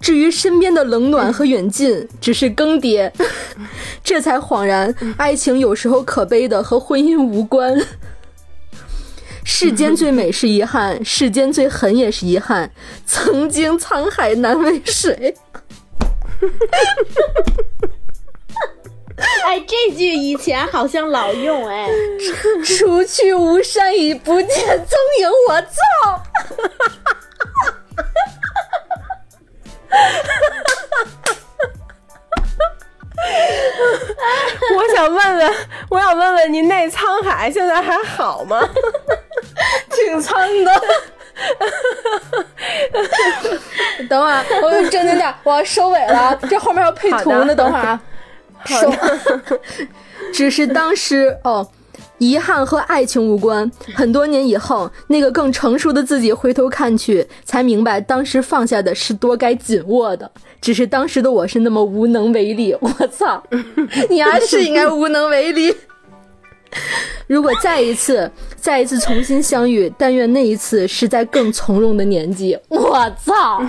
D: 至于身边的冷暖和远近，只是更迭。 这才恍然，爱情有时候可悲的和婚姻无关。世间最美是遗憾，世间最狠也是遗憾。曾经沧海难为水。
C: 哎，这句以前好像老用哎，
D: 除去巫山已不见踪影，我操！
B: 我想问 问，我想问问您那沧海现在还好吗？
D: 挺苍的。
A: 等会儿啊，我正经 点儿，我要收尾
D: 啊
A: 了，这后面要配图
B: 好
A: 呢。
B: 的
A: 等会 儿啊，
D: 手， 只是当时哦，遗憾和爱情无关。很多年以后，那个更成熟的自己回头看去，才明白当时放下的是多该紧握的。只是当时的我是那么无能为力。我 操，你还是应该无能为力。如果再一次，再一次重新相遇，但愿那一次是在更从容的年纪。我操！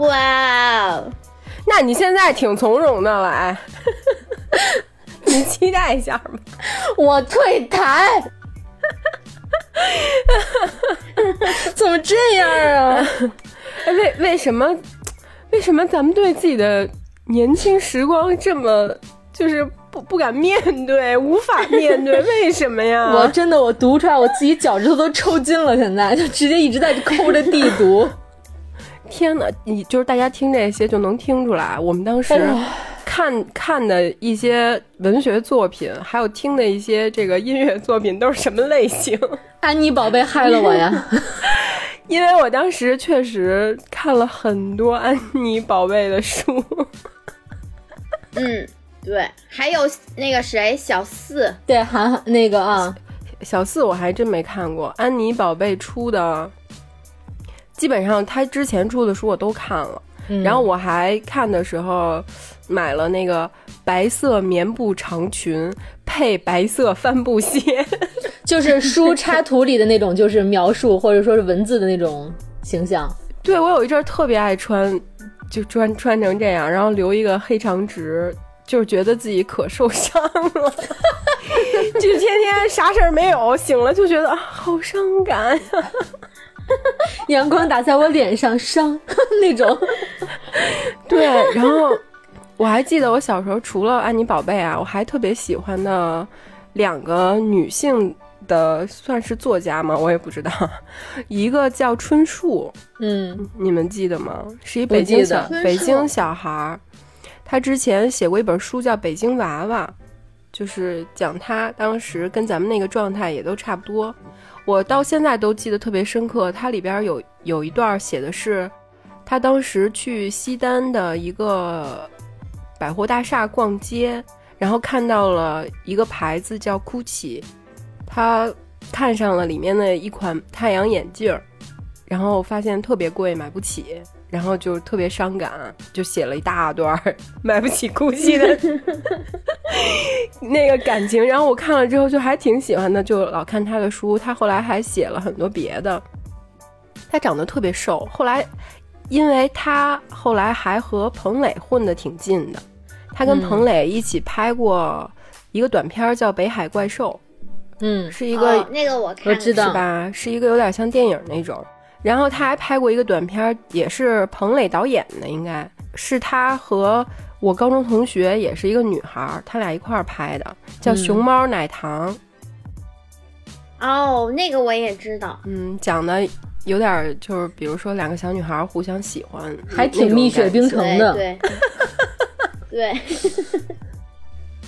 C: 哇哦！
B: 那你现在挺从容的了，哎， 你期待一下吧。
A: 我退 台。
D: 怎么这样啊？
B: 哎，为为什么，为什么咱们对自己的年轻时光这么就是不不敢面对，无法 面对？为什么呀？
A: 我真的，我读出来，我自己脚趾头都抽筋了，现在就直接一直在抠着地读。
B: 天哪！你就是大家听这些就能听出来，我们当时
A: 哎呦
B: 看、看的一些文学作品，还有听的一些这个音乐作品都是什么类型？
A: 安妮宝贝害了我呀！
B: 因为我当时确实看了很多安妮宝贝的书，
C: 嗯，对，还有那个谁，小四，
A: 对，涵涵那个啊，
B: 小四我还真没看过。安妮宝贝出的，基本上她之前出的书我都看了。
A: 嗯
B: 然后我还看的时候，买了那个白色棉布长裙配白色帆布鞋，
A: 就是书插图里的那种，就是描述或者说是文字的那种形象。
B: 对我有一阵儿特别爱穿，就穿穿成这样，然后留一个黑长直，就是觉得自己可受伤了， 就天天啥事儿没有，醒了就觉得啊好伤感呀、
A: 阳光打在我脸上，伤 那种。
B: 对，然后我还记得我小时候除了安妮宝贝啊，我还特别喜欢的两个女性的算是作家吗？我也不知道，一个叫春树，
A: 嗯，
B: 你们记得吗？是一
A: 不
B: 北京
A: 记
B: 小
A: 得
B: 北京小孩儿，他之前写过一本书叫《北京娃娃》，就是讲他当时跟咱们那个状态也都差不多。我到现在都记得特别深刻，它里边有有一段写的是他当时去西单的一个百货大厦逛街，然后看到了一个牌子叫 GUCCI，他看上了里面的一款太阳眼镜儿，然后发现特别贵，买不起，然后就特别伤感，就写了一大段儿 买不起 GUCCI 的那个感情。然后我看了之后就还挺喜欢的，就老看他的书。他后来还写了很多别的。他长得特别瘦，后来因为他后来还和彭磊混得挺近的，他跟
A: 嗯
B: 彭磊一起拍过一个短片儿叫《北海怪兽》，
A: 嗯，
B: 是一
C: 一
B: 个、
C: 哦那个我看
A: 我知
C: 道，
A: 道
B: 是吧？是一个有点像电影那种。然后他还拍过一个短片儿，也是彭磊导演的，应该是他和我高中同学，也是一个女孩儿，他俩一块儿拍的，叫
A: 嗯
B: 《熊猫奶糖》。
C: 哦，那个我也知道，
B: 嗯，讲的有点儿就是，比如说两个小女孩儿互相喜欢，
A: 还
B: 那
A: 挺
B: 种
A: 蜜雪
B: 感
A: 冰
B: 觉。
A: 城
C: 对
A: 的。
C: 对对，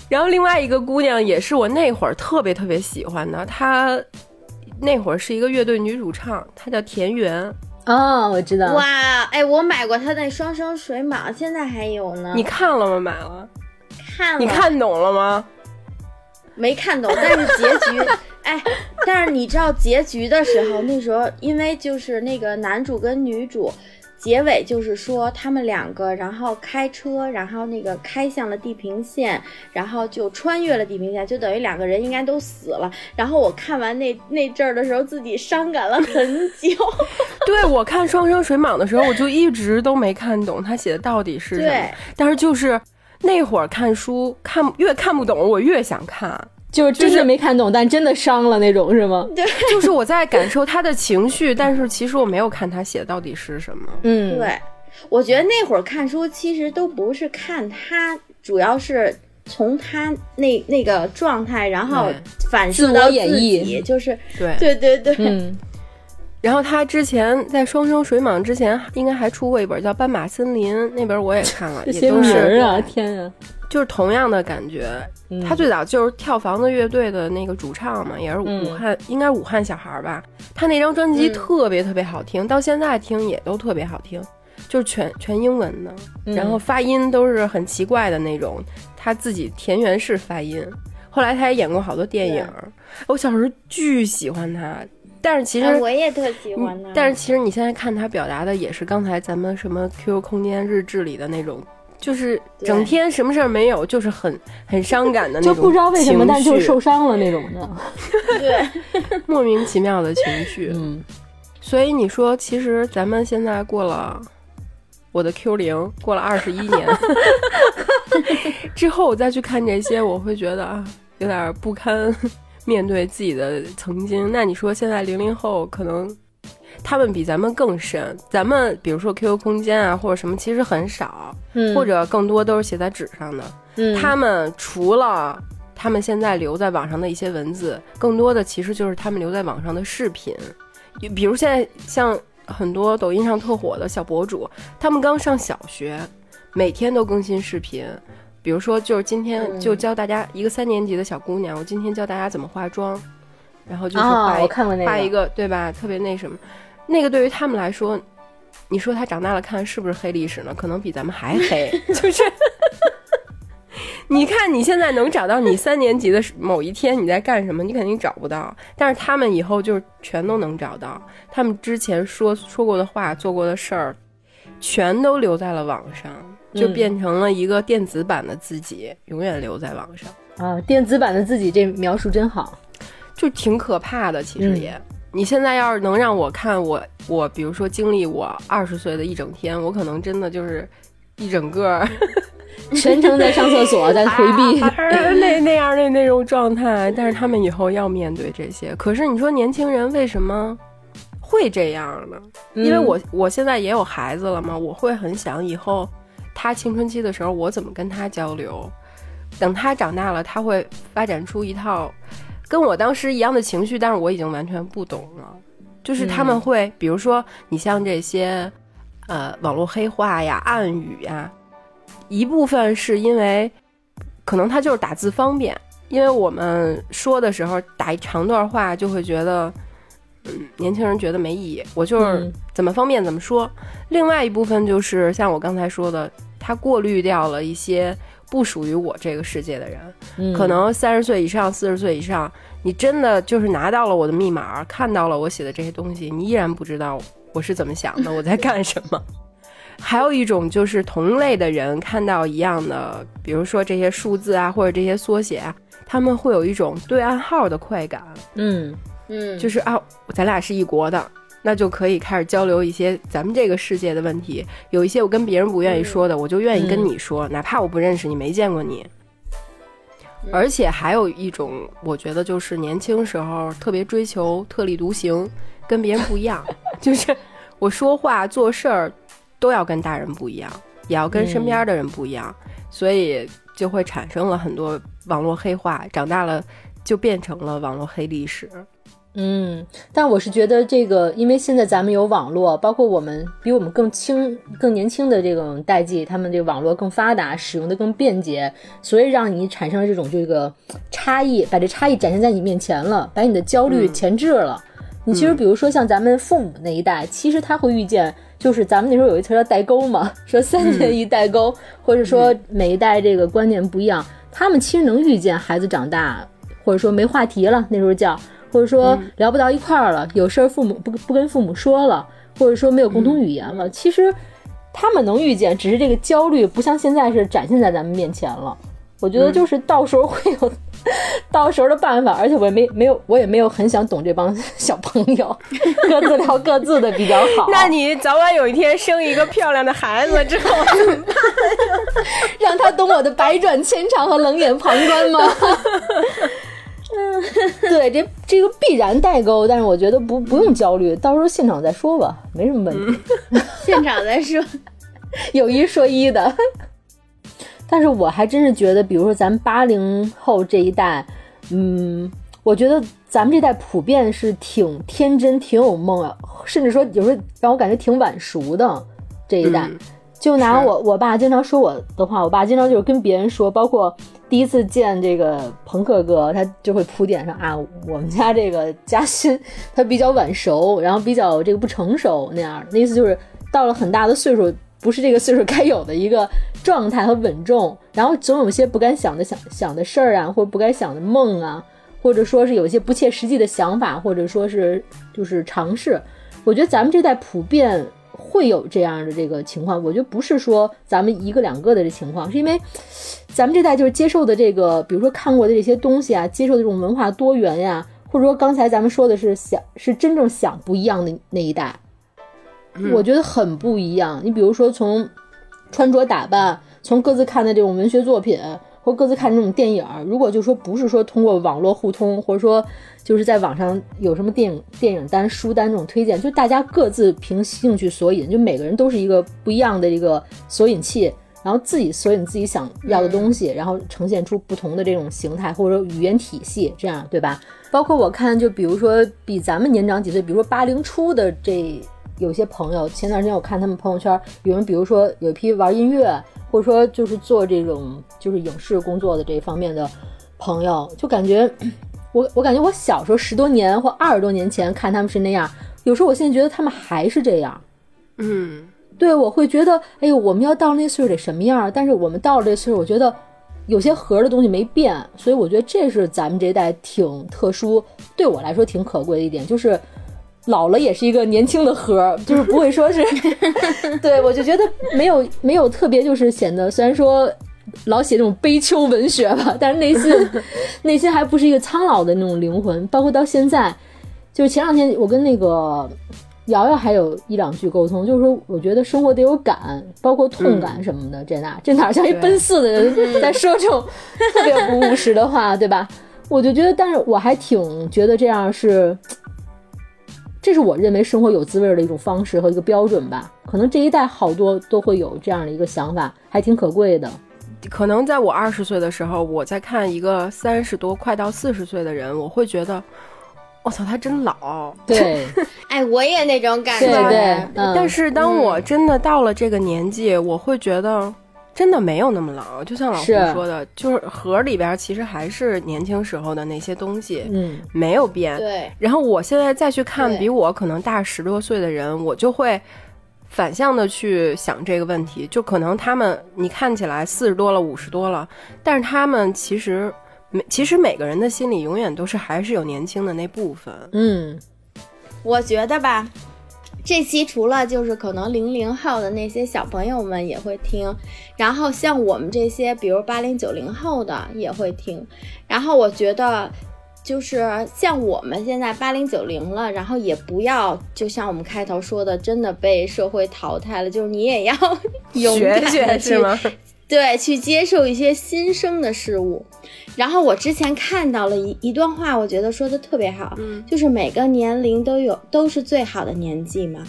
B: 然后另外一个姑娘也是我那会儿特别特别喜欢的，她那会儿是一个乐队女主唱，她叫田园。
A: 啊，我知道。
C: 哇，哎，我买过他那双生水蟒，现在还有呢。
A: 嗯
B: 你看了吗？买了？
C: 看了？
B: 你看懂了吗？
C: 没看懂？但是结局，哎，但是你知道结局的时候，那时候因为就是那个男主跟女主，结尾就是说他们两个，然后开车，然后那个开向了地平线，然后就穿越了地平线，就等于两个人应该都死了。然后我看完那那阵儿的时候，自己伤感了很久。
B: 对我看《双生水蟒》的时候，我就一直都没看懂他写的到底是什么
C: 对，
B: 但是就是那会儿看书看越看不懂，我越想看。
A: 就是真的没看懂，但真的伤了那种，是吗？
C: 对
B: 就是我在感受他的情绪，但是其实我没有看他写的到底是什么。
A: 嗯，，
C: 对，我觉得那会儿看书其实都不是看他，主要是从他那那个状态，然后反
A: 自我
C: 射到
A: 演
C: 自
A: 绎
C: 己，就是
B: 对
C: 对对对，
A: 嗯，
B: 然后他之前在《双生水蟒》之前，应该还出过一本叫《斑马森林》，那本我也看了，
A: 这
B: 也
A: 些
B: 都
A: 名
B: 是
A: 儿啊，天啊！
B: 就是同样的感觉。
A: 嗯
B: 他最早就是跳房子乐队的那个主唱嘛，也是
A: 嗯
B: 武汉，应该武汉小孩儿吧。他那张专辑
C: 嗯
B: 特别特别好
A: 嗯
B: 听，到现在听也都特别好听，就是全全英文的，
A: 嗯
B: 然后发音都是很奇怪的那种，他自己田园式发音。后来他也演过好多电影，我小时候巨喜欢他，但是其实、
C: 哎我也特喜欢
B: 嗯
C: 他，
B: 但是其实你现在看他表达的也是刚才咱们什么 QQ 空间日志里的那种，就是
C: 对
B: 整天什么事儿没有，就是很很伤感的那
A: 就
B: 种，
A: 不知道为什么，但就是 受伤了那种的。
C: 对，
B: 莫名其妙的情绪。
A: 嗯，
B: 所以你说，其实咱们现在过了我的 Q 零，过了二十一年 之后，我再去看这些，我会觉得啊，有点不堪面对自己的曾经。那你说，现在零零后可能他们比咱们更深，咱们比如说 QQ 空间啊或者什么，其实很少，
A: 嗯
B: 或者更多都是写在纸上的。他们除了他们现在留在网上的一些文字，更多的其实就是他们留在网上的视频，比比如现在像很多抖音上特火的小博主，他们刚上小学，每天都更新视频。比如说，就是今天
C: 嗯
B: 就教大家一个三年级的小姑娘，我今天教大家怎么化妆，然后就是
A: 啊，
B: 画一
A: 我看过那
B: 画一
A: 个，
B: 个，对吧？特别那什么，那个对于他们来说，你说他长大了看是不是黑历史呢？可能比咱们还 黑，就是。 你看，你现在能找到你三年级的时某一天你在干什么，你肯定找不到。但是他们以后就是全都能找到，他们之前说说过的话、做过的事儿，全都留在了网上，就
A: 嗯
B: 变成了一个电子版的自己，永远留在网上。
A: 啊，电子版的自己这描述真好。
B: 就挺可怕的。其实
A: 嗯
B: 也，你现在要是能让我看我我，比如说经历我二十岁的一整天，我可能真的就是一整个儿
A: 全程在上厕所，在 回避。
B: 那那样的那种状态。但是他们以后要面对这些。可是你说年轻人为什么？会这样呢？
A: 嗯
B: 因为我、我现在也有孩子了嘛，我会很想以后他青春期的时候，我怎么跟他交流。等他长大了，他会发展出一套跟我当时一样的情绪，但是我已经完全不懂了。就是他们会，比如说你像这些，呃，网络黑话呀、暗语呀，一部分是因为可能他就是打字方便，因为我们说的时候打一长段话就会觉得，嗯，年轻人觉得没意义，我就是
A: 嗯
B: 怎么方便怎么说。另外一部分就是像我刚才说的，他过滤掉了一些不属于我这个世界的人，
A: 嗯
B: 可能三十岁以上、四十岁以上，你真的就是拿到了我的密码，看到了我写的这些东西，你依然不知道我是怎么想的，我在干什么。还有一种就是同类的人看到一样的，比如说这些数字啊，或者这些缩写啊，他们会有一种对暗号的快感，
A: 嗯
C: 嗯，
B: 就是啊，咱俩是一国的，那就可以开始交流一些咱们这个世界的问题。有一些我跟别人不
C: 嗯
B: 愿意说的，我就愿意跟你说，哪怕我不认识你，没见过你。
C: 嗯
B: 而且还有一种，我觉得就是年轻时候特别追求特立独行，跟别人不一 样，就是我说话做事儿都要跟大人不一样，也要跟身
C: 嗯
B: 边的人不一样，所以就会产生了很多网络黑话。长大了就变成了网络黑历史。
A: 嗯，但我是觉得这个，因为现在咱们有网络，包括我们比我们更轻、更年轻的这种代际，他们这个网络更发达，使用的更便捷，所以让你产生了这种这个差异，把这差异展现在你面前了，把你的焦虑前置了。你其实比如说像咱们父母那一代，其实他会遇见，就是咱们那时候有一词儿叫代沟嘛，说三年一代沟，或者说每一代这个观念不一样，他们其实能预见孩子长大，或者说没话题了，那时候叫，或者说聊不到一块儿了，有事儿父母不不跟父母说了，或者说没有共同语言了，其实他们能遇见，只是这个焦虑不像现在是展现在咱们面前了。我觉得就是到时候会有 到时候的办法，而且我也没没有我也没有很想懂这帮 小朋友，各自聊各自的比较好。
B: 那你早晚有一天生一个漂亮的孩子之后，
A: 让他懂我的百转千长和冷眼旁观吗？对，这这个必然代沟，但是我觉得不不用焦虑，到时候现场再说吧，没什么问题。
C: 现场再说。
A: 有一说一的， 但是我还真是觉得，比如说咱八零后这一代，嗯，我觉得咱们这代普遍是挺天真、挺有梦啊，甚至说有时候让我感觉挺晚熟的这一代。
B: 嗯
A: 就拿
B: 是
A: 我我爸经常说我的话，我爸经常就是跟别人说，包括第一次见这个朋克哥，他就会铺垫上啊，我们家这个嘉欣他比较晚熟，然后比较这个不成熟那样儿，那意思就是到了很大的岁数，不是这个岁数该有的一个状态和稳重，然后总有些不该想的想想的事儿啊，或者不该想的梦啊，或者说是有一些不切实际的想法，或者说是就是尝试，我觉得咱们这代普遍会有这样的这个情况。我觉得不是说咱们一个两个的这情况，是因为咱们这代就是接受的这个，比如说看过的这些东西啊，接受的这种文化多元呀、或者说刚才咱们说的是想是真正想不一样的那一代，我觉得很不一样。你比如说从穿着打扮，从各自看的这种文学作品。或各自看这种电影儿，如果就说不是说通过网络互通，或者说就是在网上有什么电影电影单、书单这种推荐，就大家各自凭兴趣索引，就每个人都是一个不一样的一个索引器，然后自己索引自己想要的东西，然后呈现出不同的这种形态或者说语言体系，这样对吧？包括我看，就比如说比咱们年长几岁，比如说八零初的这有些朋友，前段时间我看他们朋友圈，有人比如说有一批玩音乐，或者说就是做这种就是影视工作的这方面的朋友，就感觉 我我感觉我小时候十多年或二十多年前看他们是那样，有时候我现在觉得他们还是这样。
B: 嗯，
A: 对，我会觉得，哎呦，我们要到那岁数得什么样儿？但是我们到了这岁数，我觉得有些核儿的东西没变，所以我觉得这是咱们这一代挺特殊，对我来说挺可贵的一点，就是老了也是一个年轻的核儿，就是不会说是，对我就觉得没有没有特别，就是显得虽然说。老写那种悲秋文学吧，但是内心内心还不是一个苍老的那种灵魂。包括到现在，就是前两天我跟那个瑶瑶还有一两句沟通，就是说我觉得生活得有感，包括痛感什么的，这那这哪像一
B: 对
A: 奔四的人在说这种特别不务实的话，对吧？我就觉得，但是我还挺觉得这样是，这是我认为生活有滋味儿的一种方式和一个标准吧。可能这一代好多都会有这样的一个想法，还挺可贵的。
B: 可能在我二十岁的时候，我在看一个三十多快到四十岁的人，我会觉得，我操，他真老。
A: 对
C: 哎，我也那种感觉。
A: 对对，嗯、
B: 但是当我真的到了这个年纪，我会觉得真的没有那么老。就像老胡
A: 是
B: 说的，就是盒里边其实还是年轻时候的那些东西、
A: 嗯，
B: 没有变。
C: 对
B: 然后我现在再去看
C: 对
B: 比我可能大十多岁的人，我就会反向的去想这个问题。就可能他们你看起来四十多了、五十多了，但是他们其实每其实每个人的心里永远都是还是有年轻的那部 分。
A: 嗯，
C: 我觉得吧，这期除了就是可能零零后的那些小朋友们也会听，然后像我们这些比如八零九零后的也会听，然后我觉得。就是像我们现在八零九零了，然后也不要就像我们开头说的，真的被社会淘汰了。就是你也要 勇
B: 学
C: 敢地
B: 学
C: 去
B: 是吗？
C: 对，去接受一些新生的事物。然后我之前看到了一一段话，我觉得说的特别好，就是每个年龄都有都是最好的年纪嘛。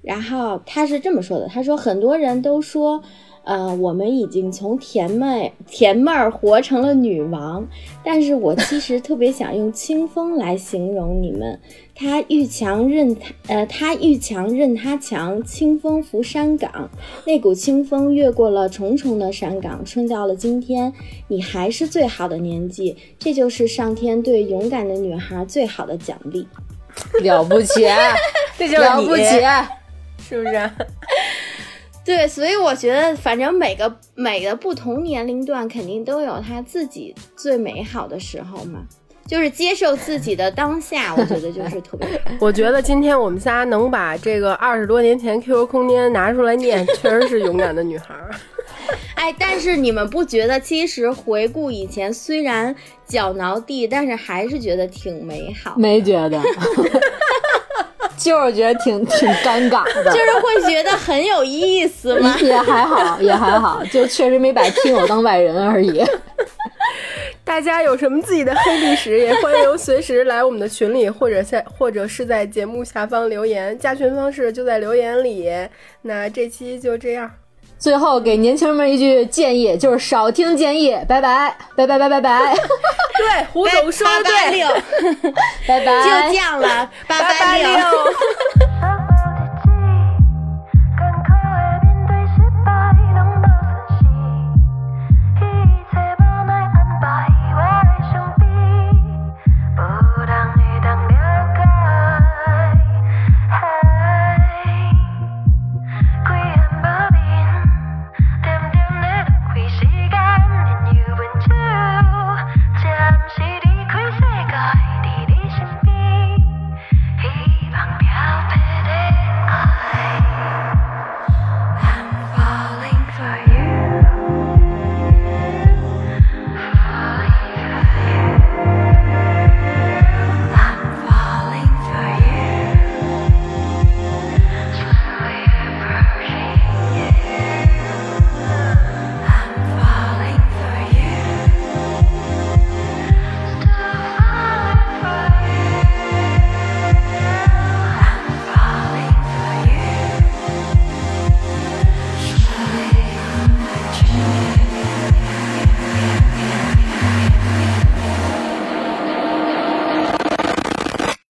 C: 然后他是这么说的，他说很多人都说，呃，我们已经从甜妹甜妹儿活成了女王，但是我其实特别想用清风来形容你们。他遇强任他，呃，他遇强任他强，清风拂山岗，那股清风越过了重重的山岗，吹到了今天，你还是最好的年纪，这就是上天对勇敢的女孩最好的奖励。
A: 了不起，啊
B: 这就是
A: 了
B: 你
A: 不起，啊
B: 是不是？
C: 对，所以我觉得，反正每个每个不同年龄段肯定都有他自己最美好的时候嘛。就是接受自己的当下，我觉得就是特别 好。
B: 我觉得今天我们仨能把这个二十多年前 QQ 空间拿出来念，确实是勇敢的女孩儿。
C: 哎，但是你们不觉得，其实回顾以前，虽然脚挠地，但是还是觉得挺美好，
A: 没觉得， 就是觉得挺挺尴尬的。
C: 就是会觉得很有意思嘛。
A: 也还好，也还好，就确实没把听友当外人而已。
B: 大家有什么自己的黑历史，也欢迎随时来我们的群里，或者在或者是在节目下方留言，加群方式就在留言里。那这期就这样，
A: 最后给年轻人们一句建议，就是少听建议，拜拜，拜拜，拜拜，拜
B: 对，胡总说的
C: 八
B: 对，
C: 八 六就
A: 拜拜，
C: 这样了，八
B: 八
C: 八
B: 八
C: 六。
B: 六。